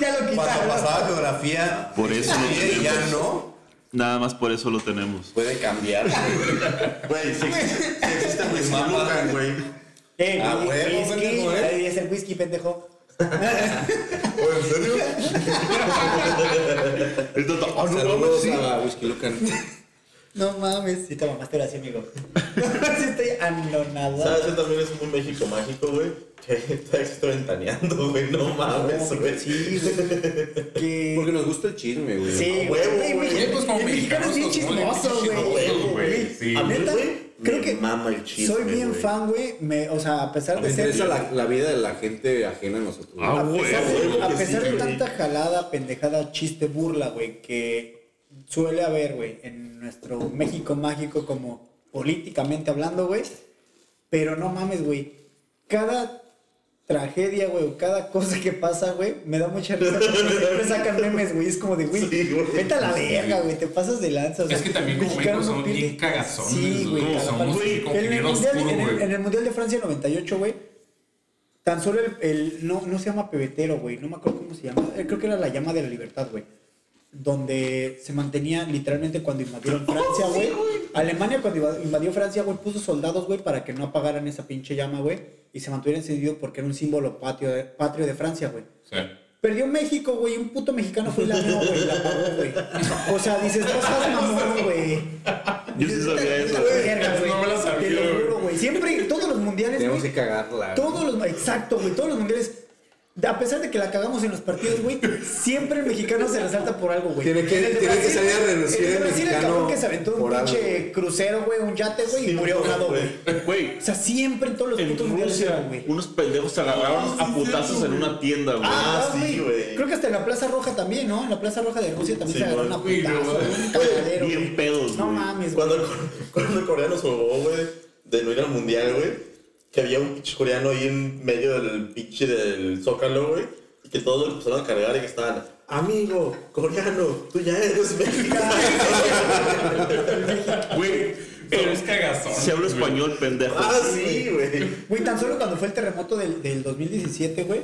[SPEAKER 4] Ya lo
[SPEAKER 3] cuando
[SPEAKER 4] quitaron.
[SPEAKER 3] pasaba geografía
[SPEAKER 5] Por eso lo
[SPEAKER 3] y ya
[SPEAKER 5] tenemos.
[SPEAKER 3] no,
[SPEAKER 5] Nada más por eso lo tenemos.
[SPEAKER 3] puede cambiar.
[SPEAKER 2] Güey, si existe, si existe Luis Malucan, güey.
[SPEAKER 4] Eh,
[SPEAKER 3] Ah,
[SPEAKER 4] güey,
[SPEAKER 3] huevo,
[SPEAKER 4] whisky,
[SPEAKER 3] pendejo, eh.
[SPEAKER 4] ahí es el whisky, pendejo.
[SPEAKER 3] ¿O en serio?
[SPEAKER 5] El doctor, "Ah, no mames,
[SPEAKER 3] Saludos
[SPEAKER 5] sí".
[SPEAKER 3] a Whisky Lucan.
[SPEAKER 4] No mames, si te mamaste ahora sí, amigo. sí estoy
[SPEAKER 2] ¿Sabes?
[SPEAKER 4] anonadado.
[SPEAKER 2] Eso también es un México mágico, güey. Que está estoy ventaneando, güey. No mames, güey.
[SPEAKER 4] Sí, güey. Que...
[SPEAKER 3] Porque nos gusta el chisme, güey.
[SPEAKER 4] Sí,
[SPEAKER 2] A
[SPEAKER 4] güey.
[SPEAKER 2] huevo,
[SPEAKER 4] güey,
[SPEAKER 2] güey.
[SPEAKER 4] güey,
[SPEAKER 6] Pues como
[SPEAKER 4] el mexicano es bien
[SPEAKER 6] mexicanos somos
[SPEAKER 4] chismoso,
[SPEAKER 6] bien
[SPEAKER 4] güey.
[SPEAKER 6] chismosos,
[SPEAKER 4] güey.
[SPEAKER 6] güey, sí.
[SPEAKER 4] A mí,
[SPEAKER 2] Neta,
[SPEAKER 4] güey, creo
[SPEAKER 2] me
[SPEAKER 4] que
[SPEAKER 2] mama el chisme,
[SPEAKER 4] soy bien
[SPEAKER 2] güey.
[SPEAKER 4] fan, güey. Me- O sea, a pesar
[SPEAKER 3] Me
[SPEAKER 4] de ser...
[SPEAKER 3] interesa la, la vida de la gente ajena a nosotros. güey.
[SPEAKER 5] Ah,
[SPEAKER 4] A pesar,
[SPEAKER 5] huevo,
[SPEAKER 4] de,
[SPEAKER 2] güey,
[SPEAKER 4] a
[SPEAKER 2] que sí,
[SPEAKER 4] pesar de
[SPEAKER 2] güey.
[SPEAKER 4] tanta jalada, pendejada, chiste, burla, güey, que suele haber, güey, en nuestro México mágico como políticamente hablando, güey. Pero no mames, güey. Cada tragedia, güey, o cada cosa que pasa, güey, me da mucha risa. porque Siempre sacan memes, güey. Es como de, güey,
[SPEAKER 2] Sí, güey.
[SPEAKER 4] vete a la verga, güey. Te pasas de lanza. o sea,
[SPEAKER 6] Es que también como
[SPEAKER 4] mexicano
[SPEAKER 6] mexicanos
[SPEAKER 4] no
[SPEAKER 6] somos
[SPEAKER 4] pierde.
[SPEAKER 6] bien cagazones,
[SPEAKER 4] Sí, güey.
[SPEAKER 6] güey,
[SPEAKER 4] cada
[SPEAKER 6] somos
[SPEAKER 4] parte.
[SPEAKER 6] así como
[SPEAKER 4] En el
[SPEAKER 6] que bien
[SPEAKER 4] mundial-
[SPEAKER 6] oscuro,
[SPEAKER 4] en el-
[SPEAKER 6] güey.
[SPEAKER 4] En el Mundial de Francia 98, güey. Tan solo el, el- no, no se llama pebetero, güey. No me acuerdo cómo se llama. Eh, Creo que era la llama de la libertad, güey. Donde se mantenía literalmente cuando invadieron
[SPEAKER 6] Oh,
[SPEAKER 4] Francia, güey. Alemania cuando iba- invadió Francia, güey, puso soldados, güey, para que no apagaran esa pinche llama, güey. Y se mantuviera encendido porque era un símbolo patio de- patrio de Francia, güey.
[SPEAKER 6] Sí.
[SPEAKER 4] Perdió México, güey. Un puto mexicano fue y la vio, güey. y La pagó, güey. O sea, dices, no seas mamón, güey.
[SPEAKER 5] Yo sí sabía
[SPEAKER 4] Dices, "Vete a
[SPEAKER 5] eso.
[SPEAKER 4] la verga,
[SPEAKER 6] Eso
[SPEAKER 4] güey".
[SPEAKER 6] no me lo sabía,
[SPEAKER 4] Te lo
[SPEAKER 6] güey.
[SPEAKER 4] juro, güey. Siempre, todos los mundiales,
[SPEAKER 3] Tenemos
[SPEAKER 4] güey.
[SPEAKER 3] que cagarla.
[SPEAKER 4] Todos los, exacto, güey, todos los mundiales. A pesar de que la cagamos en los partidos, güey, siempre el mexicano se resalta por algo, güey.
[SPEAKER 3] Tiene que-
[SPEAKER 4] En el de
[SPEAKER 3] tiene que
[SPEAKER 4] Brasil-
[SPEAKER 3] salir a relucir
[SPEAKER 4] en de
[SPEAKER 3] el
[SPEAKER 4] Brasil,
[SPEAKER 3] mexicano
[SPEAKER 4] cabrón que se aventó un
[SPEAKER 3] por algo,
[SPEAKER 4] pinche
[SPEAKER 3] güey.
[SPEAKER 4] crucero, güey, un yate, güey, y
[SPEAKER 2] Sí,
[SPEAKER 4] murió
[SPEAKER 2] güey,
[SPEAKER 4] ahogado, güey.
[SPEAKER 2] güey.
[SPEAKER 5] Güey,
[SPEAKER 4] O sea, siempre en todos los
[SPEAKER 5] en
[SPEAKER 4] putos mundiales,
[SPEAKER 5] Rusia,
[SPEAKER 4] güey.
[SPEAKER 5] unos pendejos se agarraron a putazos en una tienda, güey.
[SPEAKER 4] Ah,
[SPEAKER 2] Ah, sí, güey.
[SPEAKER 4] Creo que hasta en la Plaza Roja también, ¿no? En la Plaza Roja de Rusia también
[SPEAKER 2] Sí,
[SPEAKER 4] se agarraron
[SPEAKER 2] güey.
[SPEAKER 4] a
[SPEAKER 6] Uy, no,
[SPEAKER 4] putazo,
[SPEAKER 6] güey.
[SPEAKER 4] un cagadero,
[SPEAKER 5] Bien
[SPEAKER 4] güey.
[SPEAKER 5] pedos,
[SPEAKER 4] No
[SPEAKER 5] güey.
[SPEAKER 4] mames, güey.
[SPEAKER 2] Cuando el, cor- cuando el coreano se robó, güey, de no ir al mundial, güey, que había un pinche coreano ahí en medio del pinche del zócalo, güey, y que todos lo empezaron a cargar y que estaban, amigo, coreano, tú ya eres mexicano.
[SPEAKER 5] Güey,
[SPEAKER 6] Pero es cagazón.
[SPEAKER 5] se habla
[SPEAKER 6] güey.
[SPEAKER 5] español, pendejo.
[SPEAKER 2] ah, sí, güey.
[SPEAKER 4] Güey, tan solo cuando fue el terremoto del, del 2017, güey.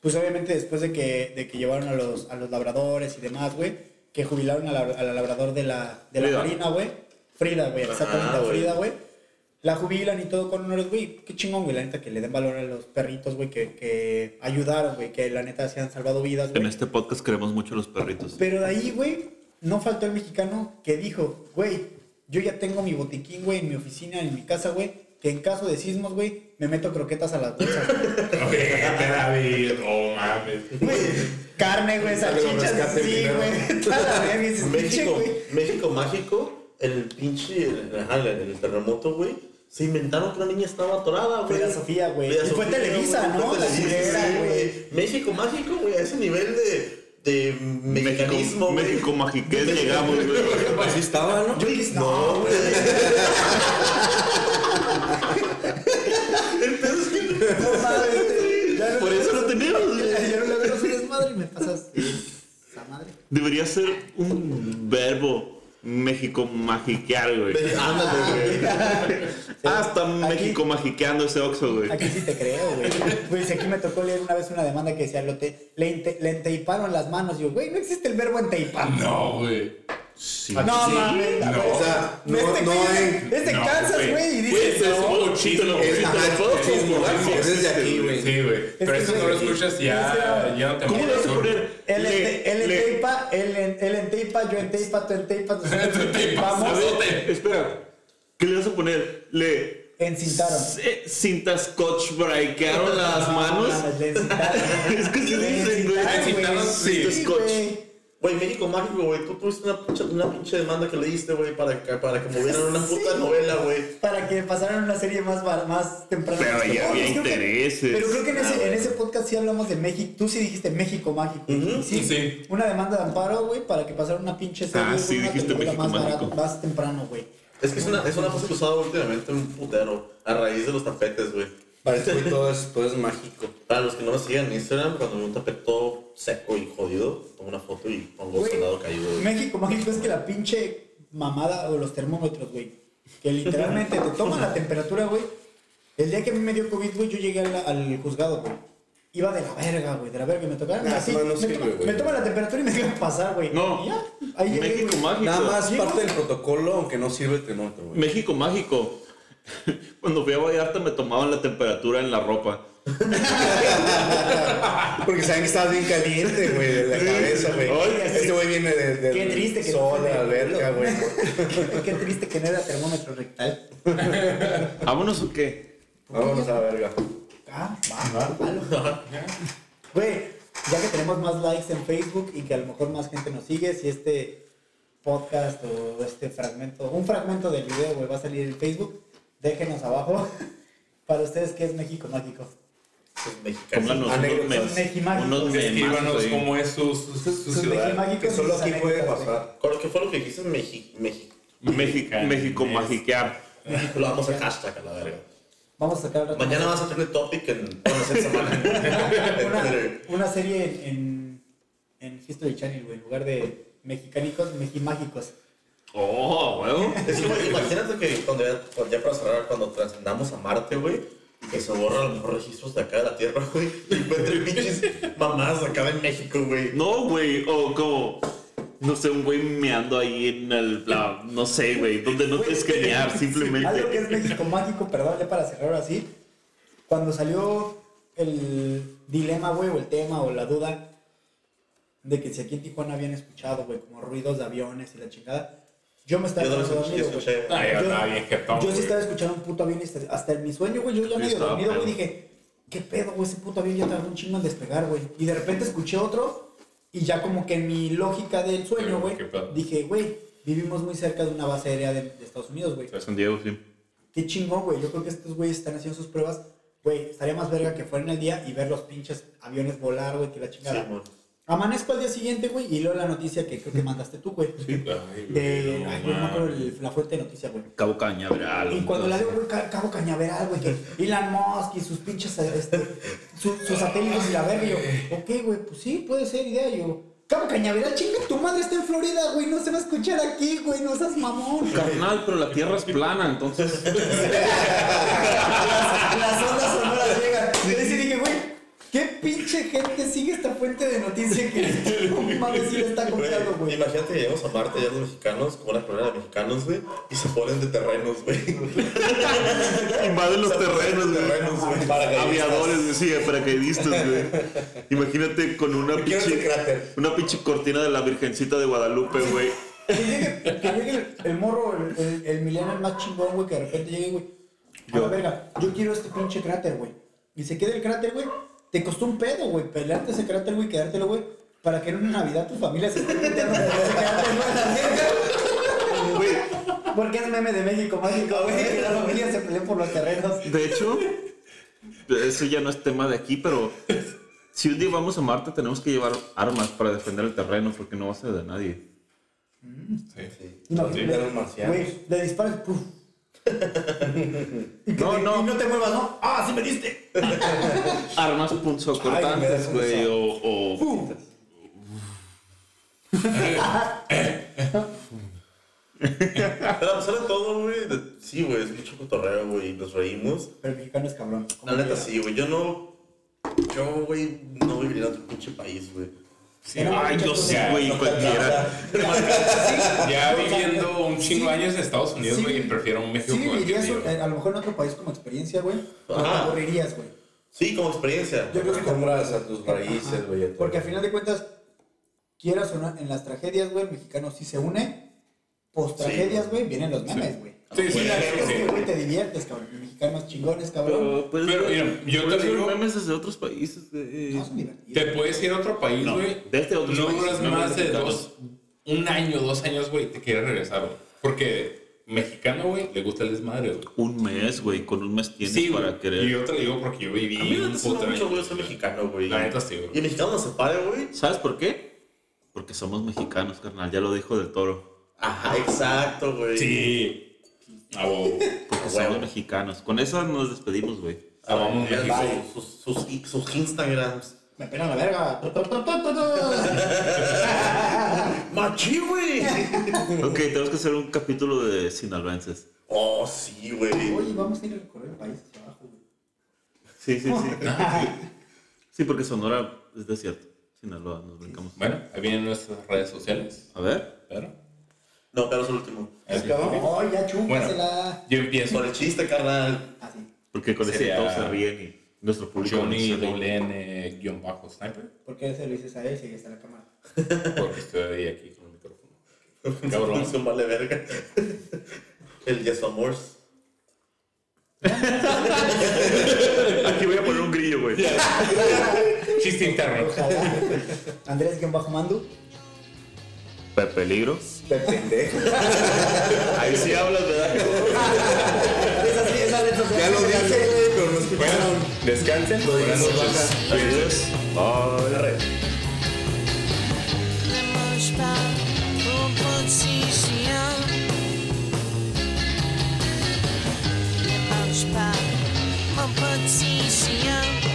[SPEAKER 4] Pues obviamente después de que, de que llevaron a los, a los labradores y demás, güey. Que jubilaron a la, a la labrador de la, de la
[SPEAKER 5] Frida.
[SPEAKER 4] marina, güey. Frida, güey. Exactamente,
[SPEAKER 2] Ajá,
[SPEAKER 4] a
[SPEAKER 2] güey.
[SPEAKER 4] Frida, güey. La jubilan y todo con honores, güey. Qué chingón, güey. La neta, que le den valor a los perritos, güey. Que, que ayudaron, güey. Que la neta se han salvado vidas,
[SPEAKER 5] En
[SPEAKER 4] güey.
[SPEAKER 5] este podcast queremos mucho a los perritos.
[SPEAKER 4] Pero de ahí, güey, no faltó el mexicano que dijo, güey, yo ya tengo mi botiquín, güey, en mi oficina, en mi casa, güey, que en caso de sismos, güey, me meto croquetas a las bolsas. güey.
[SPEAKER 6] Vete, David, oh mames.
[SPEAKER 4] Güey, carne, güey, salchichas,
[SPEAKER 3] rescate
[SPEAKER 4] sí,
[SPEAKER 3] primero.
[SPEAKER 4] güey. Toda la verga, y dices, pinche,
[SPEAKER 2] México,
[SPEAKER 4] güey.
[SPEAKER 2] México mágico, el pinche, el, ajá, el- el terremoto, güey. Se inventaron que una niña estaba atorada, güey.
[SPEAKER 4] Frida Sofía, güey.
[SPEAKER 2] Frida
[SPEAKER 4] Y fue
[SPEAKER 2] Sofía,
[SPEAKER 4] Televisa,
[SPEAKER 2] güey,
[SPEAKER 4] ¿no?
[SPEAKER 2] fue
[SPEAKER 4] La
[SPEAKER 2] Televisa,
[SPEAKER 4] culera,
[SPEAKER 2] sí,
[SPEAKER 4] güey.
[SPEAKER 2] México mágico, güey, a ese nivel de, de mexicanismo,
[SPEAKER 5] México,
[SPEAKER 2] güey.
[SPEAKER 5] México Magiqués llegamos, güey.
[SPEAKER 3] Así estaba, ¿no?
[SPEAKER 4] Yo dije,
[SPEAKER 2] No,
[SPEAKER 4] no,
[SPEAKER 2] güey. El pedo es que
[SPEAKER 4] no mames. ya no-
[SPEAKER 5] Por eso lo tenemos, güey.
[SPEAKER 4] Ya no le veo su desmadre y me pasas eh, esa madre.
[SPEAKER 5] Debería ser un verbo México magiquear, güey.
[SPEAKER 2] Ándale, güey.
[SPEAKER 5] Ah, está México
[SPEAKER 4] Aquí-
[SPEAKER 5] magiqueando ese Oxxo, güey.
[SPEAKER 4] Aquí sí te creo, güey. Güey, si aquí me tocó leer una vez una demanda que decía, lo te- le, ente- le enteiparon las manos. Y yo, güey, no existe el verbo enteipar.
[SPEAKER 6] No, güey.
[SPEAKER 3] Sí.
[SPEAKER 4] No,
[SPEAKER 6] sí?
[SPEAKER 4] mames.
[SPEAKER 6] No.
[SPEAKER 4] güey.
[SPEAKER 3] O sea, no,
[SPEAKER 4] este
[SPEAKER 3] no
[SPEAKER 4] güey,
[SPEAKER 3] hay.
[SPEAKER 4] es de
[SPEAKER 6] No,
[SPEAKER 4] Kansas,
[SPEAKER 6] güey.
[SPEAKER 4] güey, y
[SPEAKER 5] Güey,
[SPEAKER 4] dice,
[SPEAKER 5] ese es
[SPEAKER 4] no.
[SPEAKER 5] otro chiste, lo-
[SPEAKER 3] Es-
[SPEAKER 5] te lo puedo
[SPEAKER 3] ajá, es-
[SPEAKER 5] comprobar
[SPEAKER 3] es-
[SPEAKER 5] que
[SPEAKER 3] es desde
[SPEAKER 5] existe,
[SPEAKER 3] aquí, güey.
[SPEAKER 6] Sí, güey. Pero
[SPEAKER 4] que,
[SPEAKER 6] eso no lo
[SPEAKER 4] güey,
[SPEAKER 6] escuchas y
[SPEAKER 4] es
[SPEAKER 6] ya,
[SPEAKER 4] que-
[SPEAKER 6] ya no te
[SPEAKER 5] ¿Cómo le vas a
[SPEAKER 6] acuerdas,
[SPEAKER 5] poner?
[SPEAKER 4] Él ente- él
[SPEAKER 5] le-
[SPEAKER 4] enteipa, él en- él enteipa, yo enteipa, tú enteipas.
[SPEAKER 6] Tú enteipas,
[SPEAKER 5] A
[SPEAKER 4] Vamos,
[SPEAKER 6] ¿sabes?
[SPEAKER 5] ver, espera. ¿Qué le vas a poner? Le
[SPEAKER 4] encintaron.
[SPEAKER 5] c- cintas scotch breakaron
[SPEAKER 4] Ah,
[SPEAKER 5] las manos.
[SPEAKER 4] No, mames, Le encintaron.
[SPEAKER 5] Es que se
[SPEAKER 4] Le
[SPEAKER 5] dicen, güey.
[SPEAKER 4] encintaron,
[SPEAKER 6] Encintaron,
[SPEAKER 4] güey.
[SPEAKER 6] sí.
[SPEAKER 4] Sí,
[SPEAKER 5] Scotch.
[SPEAKER 4] güey.
[SPEAKER 2] Güey, México Mágico, güey, tú tuviste una pinche, una pinche demanda que le diste, güey, para que, para que movieran una
[SPEAKER 4] Sí.
[SPEAKER 2] puta novela, güey.
[SPEAKER 4] Para que pasaran una serie más, bar- más temprana.
[SPEAKER 5] Pero ya había
[SPEAKER 4] Creo que-
[SPEAKER 5] intereses.
[SPEAKER 4] Pero creo que en
[SPEAKER 2] Ah,
[SPEAKER 4] ese, en
[SPEAKER 2] bueno.
[SPEAKER 4] ese podcast sí hablamos de México. Tú sí dijiste México mágico.
[SPEAKER 2] Ujú,
[SPEAKER 4] sí,
[SPEAKER 6] sí.
[SPEAKER 4] Una demanda de amparo, güey, para que pasara una pinche serie.
[SPEAKER 5] Ah, sí,
[SPEAKER 4] una
[SPEAKER 5] dijiste
[SPEAKER 4] temporada
[SPEAKER 5] México
[SPEAKER 4] más,
[SPEAKER 5] mágico.
[SPEAKER 4] más temprano, güey.
[SPEAKER 2] Es que es una, es una cosa que usaba últimamente un putero, a raíz de los tapetes, güey.
[SPEAKER 3] Parece que este todo es, todo es mágico.
[SPEAKER 2] Para los que no me sigan en Instagram, cuando veo un tapete todo seco y jodido, tomo una foto y pongo
[SPEAKER 4] Güey,
[SPEAKER 2] soldado caído. güey.
[SPEAKER 4] México mágico es que la pinche mamada o los termómetros, güey. Que literalmente te toman la temperatura, güey. El día que a mí me dio COVID, güey, yo llegué al, al juzgado, güey. Iba de la verga, güey, de la verga. Me tocaron
[SPEAKER 3] Nah,
[SPEAKER 4] así.
[SPEAKER 3] no, no
[SPEAKER 4] me,
[SPEAKER 3] sirve,
[SPEAKER 4] toman-
[SPEAKER 3] güey.
[SPEAKER 4] me toman la temperatura y me dejan pasar, güey.
[SPEAKER 5] No.
[SPEAKER 4] Y ya, ahí llegué,
[SPEAKER 5] México
[SPEAKER 4] güey.
[SPEAKER 5] mágico.
[SPEAKER 3] Nada más
[SPEAKER 4] Sí,
[SPEAKER 3] parte
[SPEAKER 4] güey.
[SPEAKER 3] del protocolo, aunque no sirve el termómetro, güey.
[SPEAKER 5] México mágico. Cuando fui a Vallarta me tomaban la temperatura en la ropa.
[SPEAKER 3] Porque saben que estabas bien caliente, güey, de la cabeza, güey.
[SPEAKER 4] Oye, sí.
[SPEAKER 3] Este güey viene de, de
[SPEAKER 4] Qué triste que
[SPEAKER 3] sol,
[SPEAKER 4] no fue
[SPEAKER 3] la alberca,
[SPEAKER 4] de-
[SPEAKER 3] güey.
[SPEAKER 4] Qué triste que no era termómetro rectal.
[SPEAKER 5] ¿Vámonos o qué?
[SPEAKER 3] Vámonos a la verga.
[SPEAKER 4] Ah, va, va, palo. Güey, ya que tenemos más likes en Facebook y que a lo mejor más gente nos sigue, si este podcast o este fragmento, un fragmento del video, güey, va a salir en Facebook, déjenos abajo para ustedes qué es México Mágico.
[SPEAKER 2] Es mexicano.
[SPEAKER 5] Pónganos unos
[SPEAKER 3] Anécdotas.
[SPEAKER 5] memes.
[SPEAKER 4] Meximágicos.
[SPEAKER 5] Unos
[SPEAKER 6] Escríbanos
[SPEAKER 5] memes.
[SPEAKER 6] cómo es su, su- su- su
[SPEAKER 4] Sus
[SPEAKER 6] ciudad.
[SPEAKER 4] meximágicos
[SPEAKER 3] Que
[SPEAKER 4] y
[SPEAKER 3] solo
[SPEAKER 4] sus
[SPEAKER 3] aquí puede
[SPEAKER 4] anécdotas, güey.
[SPEAKER 3] pasar.
[SPEAKER 2] ¿Cuál- ¿Qué fue lo que dijiste? México. México.
[SPEAKER 5] México, México magiquear.
[SPEAKER 2] Lo vamos a hashtag a la verga.
[SPEAKER 4] Vamos a sacar al rato
[SPEAKER 2] Mañana vas a tener topic en bueno, esta semana. En
[SPEAKER 4] una,
[SPEAKER 2] Twitter.
[SPEAKER 4] una serie en, en, en History Channel, güey, en lugar de mexicánicos, meximágicos.
[SPEAKER 5] Oh, huevo.
[SPEAKER 2] Es como, imagínate que cuando ya, cuando ya para cerrar, cuando trascendamos a Marte, güey, que se borran los registros de acá de la Tierra, güey, y encuentren pinches mamás acá en México, güey.
[SPEAKER 5] No, güey. O como. No sé, un güey meando ahí en el. la- no sé, güey. Donde no te escanear,
[SPEAKER 4] Algo que es
[SPEAKER 5] simplemente.
[SPEAKER 4] México mágico, perdón, ya para cerrar así. Cuando salió el dilema, güey, o el tema, o la duda de que si aquí en Tijuana habían escuchado, güey, como ruidos de aviones y la chingada, yo me estaba
[SPEAKER 2] Yo también
[SPEAKER 4] quedando
[SPEAKER 2] escuché,
[SPEAKER 4] dormido, güey.
[SPEAKER 6] Ah,
[SPEAKER 2] escuché.
[SPEAKER 6] yo estaba bien jetón,
[SPEAKER 4] yo sí
[SPEAKER 6] güey.
[SPEAKER 4] estaba escuchando un puto avión y hasta, hasta en mi sueño, güey, yo ya
[SPEAKER 5] Yo
[SPEAKER 4] medio
[SPEAKER 5] estaba
[SPEAKER 4] dormido, güey,
[SPEAKER 5] pedo.
[SPEAKER 4] dije, ¿qué pedo, güey? Ese puto avión ya tardó un chingo en despegar, güey. Y de repente escuché otro y ya como que en mi lógica del sueño,
[SPEAKER 6] Sí,
[SPEAKER 4] güey,
[SPEAKER 6] qué pedo.
[SPEAKER 4] dije, güey, vivimos muy cerca de una base aérea de, de Estados Unidos, güey.
[SPEAKER 5] San Diego, sí.
[SPEAKER 4] Qué chingón, güey. Yo creo que estos güeyes están haciendo sus pruebas. Güey, estaría más verga que fuera en el día y ver los pinches aviones volar, güey, que la
[SPEAKER 2] Sí,
[SPEAKER 4] chingada.
[SPEAKER 2] amor.
[SPEAKER 4] Amanezco al día siguiente, güey, y leo la noticia que creo que mandaste tú, güey.
[SPEAKER 6] Ay,
[SPEAKER 4] De,
[SPEAKER 6] güey, no
[SPEAKER 4] ay, no me
[SPEAKER 6] mames.
[SPEAKER 4] acuerdo el- la fuente de noticia, güey.
[SPEAKER 5] Cabo Cañaveral.
[SPEAKER 4] Y cuando la leo, güey, ca- Cabo Cañaveral, güey, que Elon Musk y sus pinches, este, su- sus satélites y la verga. Y yo, ok, güey, pues sí, puede ser idea. Y yo, Cabo Cañaveral, chinga, tu madre está en Florida, güey, no se va a escuchar aquí, güey, no seas mamón.
[SPEAKER 5] Carnal, pero la tierra es plana, entonces.
[SPEAKER 4] las ondas sonoras llegan. Y así dije, güey, qué pinche gente sigue esta fuente de noticias que no mames si le está comprando,
[SPEAKER 2] Güey,
[SPEAKER 4] güey.
[SPEAKER 2] Imagínate que llegamos a Marte ya los mexicanos, como la primera de mexicanos, güey, y se ponen de terrenos, güey.
[SPEAKER 5] Invaden los
[SPEAKER 2] Se ponen de
[SPEAKER 5] terrenos, güey.
[SPEAKER 2] terrenos, güey. Paracaidistas.
[SPEAKER 5] Aviadores, güey, sí, de paracaidistas, güey. Imagínate con una
[SPEAKER 3] quiero ese
[SPEAKER 5] pinche,
[SPEAKER 3] cráter.
[SPEAKER 5] una pinche cortina de la Virgencita de Guadalupe, güey.
[SPEAKER 4] Que llegue, que llegue el, el morro, el, el, el millennial más chingón, güey, que de repente llegue, güey. A la verga, yo quiero este pinche cráter, güey. Y se queda el cráter, güey. Te costó un pedo, güey, pelearte ese cráter, güey, quedártelo, güey. Para que en una Navidad tu familia se esté metiendo en ese cráter, güey, a la verga. Porque es meme de México mágico, güey. que La familia se pelea por los terrenos.
[SPEAKER 5] De hecho, eso ya no es tema de aquí, pero si un día vamos a Marte, tenemos que llevar armas para defender el terreno, porque no va a ser de nadie.
[SPEAKER 2] Sí.
[SPEAKER 4] No,
[SPEAKER 3] Sí,
[SPEAKER 4] le-
[SPEAKER 3] ya los marcianos.
[SPEAKER 4] Güey, le disparas, puf. y que
[SPEAKER 5] No,
[SPEAKER 4] te-
[SPEAKER 5] no.
[SPEAKER 4] Y no te muevas, ¿no? ¡Ah, sí me diste!
[SPEAKER 5] Armas
[SPEAKER 3] Ay, me das
[SPEAKER 5] punzocortantes,
[SPEAKER 3] un
[SPEAKER 5] güey,
[SPEAKER 3] beso.
[SPEAKER 5] o. o batitas.
[SPEAKER 2] Pero a pesar de todo, güey, de- sí, güey, es mucho cotorreo, güey, y nos reímos.
[SPEAKER 4] Pero el mexicano es cabrón.
[SPEAKER 2] La neta sí, güey, yo no... Yo, güey, no viviría en otro pinche país, güey.
[SPEAKER 6] Sí,
[SPEAKER 5] Ay, yo sí, güey, cualquiera.
[SPEAKER 6] Ya viviendo un chingo de años en Estados Unidos,
[SPEAKER 4] Sí,
[SPEAKER 6] güey, prefiero un México
[SPEAKER 4] Sí vivirías
[SPEAKER 6] cualquier día,
[SPEAKER 4] eh, a lo mejor en otro país como experiencia, güey. Pero
[SPEAKER 2] Ajá.
[SPEAKER 4] te aburrirías, güey.
[SPEAKER 2] Sí, como experiencia.
[SPEAKER 4] Yo creo que te-
[SPEAKER 3] Acostumbras a tus raíces, güey. a todo.
[SPEAKER 4] Porque al final de cuentas, quieras o no, en las tragedias, güey, el mexicano sí se une. Post tragedias,
[SPEAKER 2] Sí.
[SPEAKER 4] güey, vienen los memes, güey.
[SPEAKER 6] Sí, sí,
[SPEAKER 4] Y la verdad es
[SPEAKER 6] sí,
[SPEAKER 4] que,
[SPEAKER 6] sí.
[SPEAKER 4] güey, te diviertes, cabrón. Mexicanos chingones, cabrón.
[SPEAKER 5] Pero, pues,
[SPEAKER 6] Pero, mira, yo te
[SPEAKER 5] puedes ver
[SPEAKER 6] digo-
[SPEAKER 5] memes desde otros países. de-
[SPEAKER 4] No, son divertidos.
[SPEAKER 6] Te puedes ir a otro país,
[SPEAKER 5] No,
[SPEAKER 6] güey.
[SPEAKER 5] desde otros
[SPEAKER 6] no
[SPEAKER 5] países,
[SPEAKER 6] duras
[SPEAKER 5] no
[SPEAKER 6] más de
[SPEAKER 5] mexicanos.
[SPEAKER 6] dos, un año, dos años, güey, te quieres regresar, güey. Porque mexicano, güey, le gusta el desmadre, güey.
[SPEAKER 5] Un mes, güey, con un mes tienes
[SPEAKER 6] güey.
[SPEAKER 5] para querer.
[SPEAKER 6] Y yo te lo digo porque yo viví
[SPEAKER 7] A mí me
[SPEAKER 6] un puto
[SPEAKER 7] gusta mucho,
[SPEAKER 6] año.
[SPEAKER 7] güey, ser mexicano, güey.
[SPEAKER 6] La neta sí,
[SPEAKER 7] Y
[SPEAKER 6] güey.
[SPEAKER 7] el mexicano no se para, güey.
[SPEAKER 5] ¿Sabes por qué? Porque somos mexicanos, carnal, ya lo dijo del toro.
[SPEAKER 7] Ajá, exacto, güey.
[SPEAKER 6] Sí. A huevo.
[SPEAKER 5] Porque
[SPEAKER 7] A
[SPEAKER 5] somos
[SPEAKER 7] huevo.
[SPEAKER 5] mexicanos. Con eso nos despedimos, güey.
[SPEAKER 6] Amamos
[SPEAKER 7] Vean
[SPEAKER 6] México.
[SPEAKER 7] Sus, sus, sus, sus Instagrams.
[SPEAKER 4] Me pela la verga.
[SPEAKER 7] ¡Machi, güey!
[SPEAKER 5] Ok, tenemos que hacer un capítulo de sinaloenses.
[SPEAKER 7] oh, sí, güey.
[SPEAKER 4] Oye, vamos a ir a recorrer el país hacia abajo, güey.
[SPEAKER 5] Sí, sí, sí. Sí, porque Sonora es desierto. Sinaloa, nos brincamos.
[SPEAKER 6] Bueno, ahí vienen nuestras redes sociales.
[SPEAKER 5] A ver.
[SPEAKER 6] Pero.
[SPEAKER 7] No, pero es el último.
[SPEAKER 6] así que-
[SPEAKER 4] Oh, ya
[SPEAKER 6] Bueno,
[SPEAKER 4] chúpasela. Ah,
[SPEAKER 6] yo empiezo.
[SPEAKER 7] Por el chiste, carnal.
[SPEAKER 4] Así.
[SPEAKER 5] Porque con ese
[SPEAKER 6] Sería-
[SPEAKER 5] todos se ríen y nuestro público
[SPEAKER 6] Johnny
[SPEAKER 5] no se ríe.
[SPEAKER 6] doble N guión bajo sniper.
[SPEAKER 4] ¿Por qué se lo dices a él si ahí está la cámara?
[SPEAKER 6] Porque estoy aquí con el micrófono. Cabrón.
[SPEAKER 7] Cabrón. vale verga. El Yes Amors.
[SPEAKER 5] Aquí voy a poner un grillo, güey.
[SPEAKER 6] Chiste interno.
[SPEAKER 4] Ojalá. Andrés, guión bajo mando.
[SPEAKER 5] Pepe Ligro.
[SPEAKER 3] Te pendejo.
[SPEAKER 5] Ahí sí hablas, ¿verdad?
[SPEAKER 4] Esa sí, esa letra se
[SPEAKER 3] Ya lo
[SPEAKER 4] hace.
[SPEAKER 3] dije, güey, pero no
[SPEAKER 6] Bueno,
[SPEAKER 3] escucharon.
[SPEAKER 6] descansen. Buenas noches.
[SPEAKER 5] Adiós. Bye.
[SPEAKER 8] n'importe pas au quotidien. Ne marche pas, mon petit chien.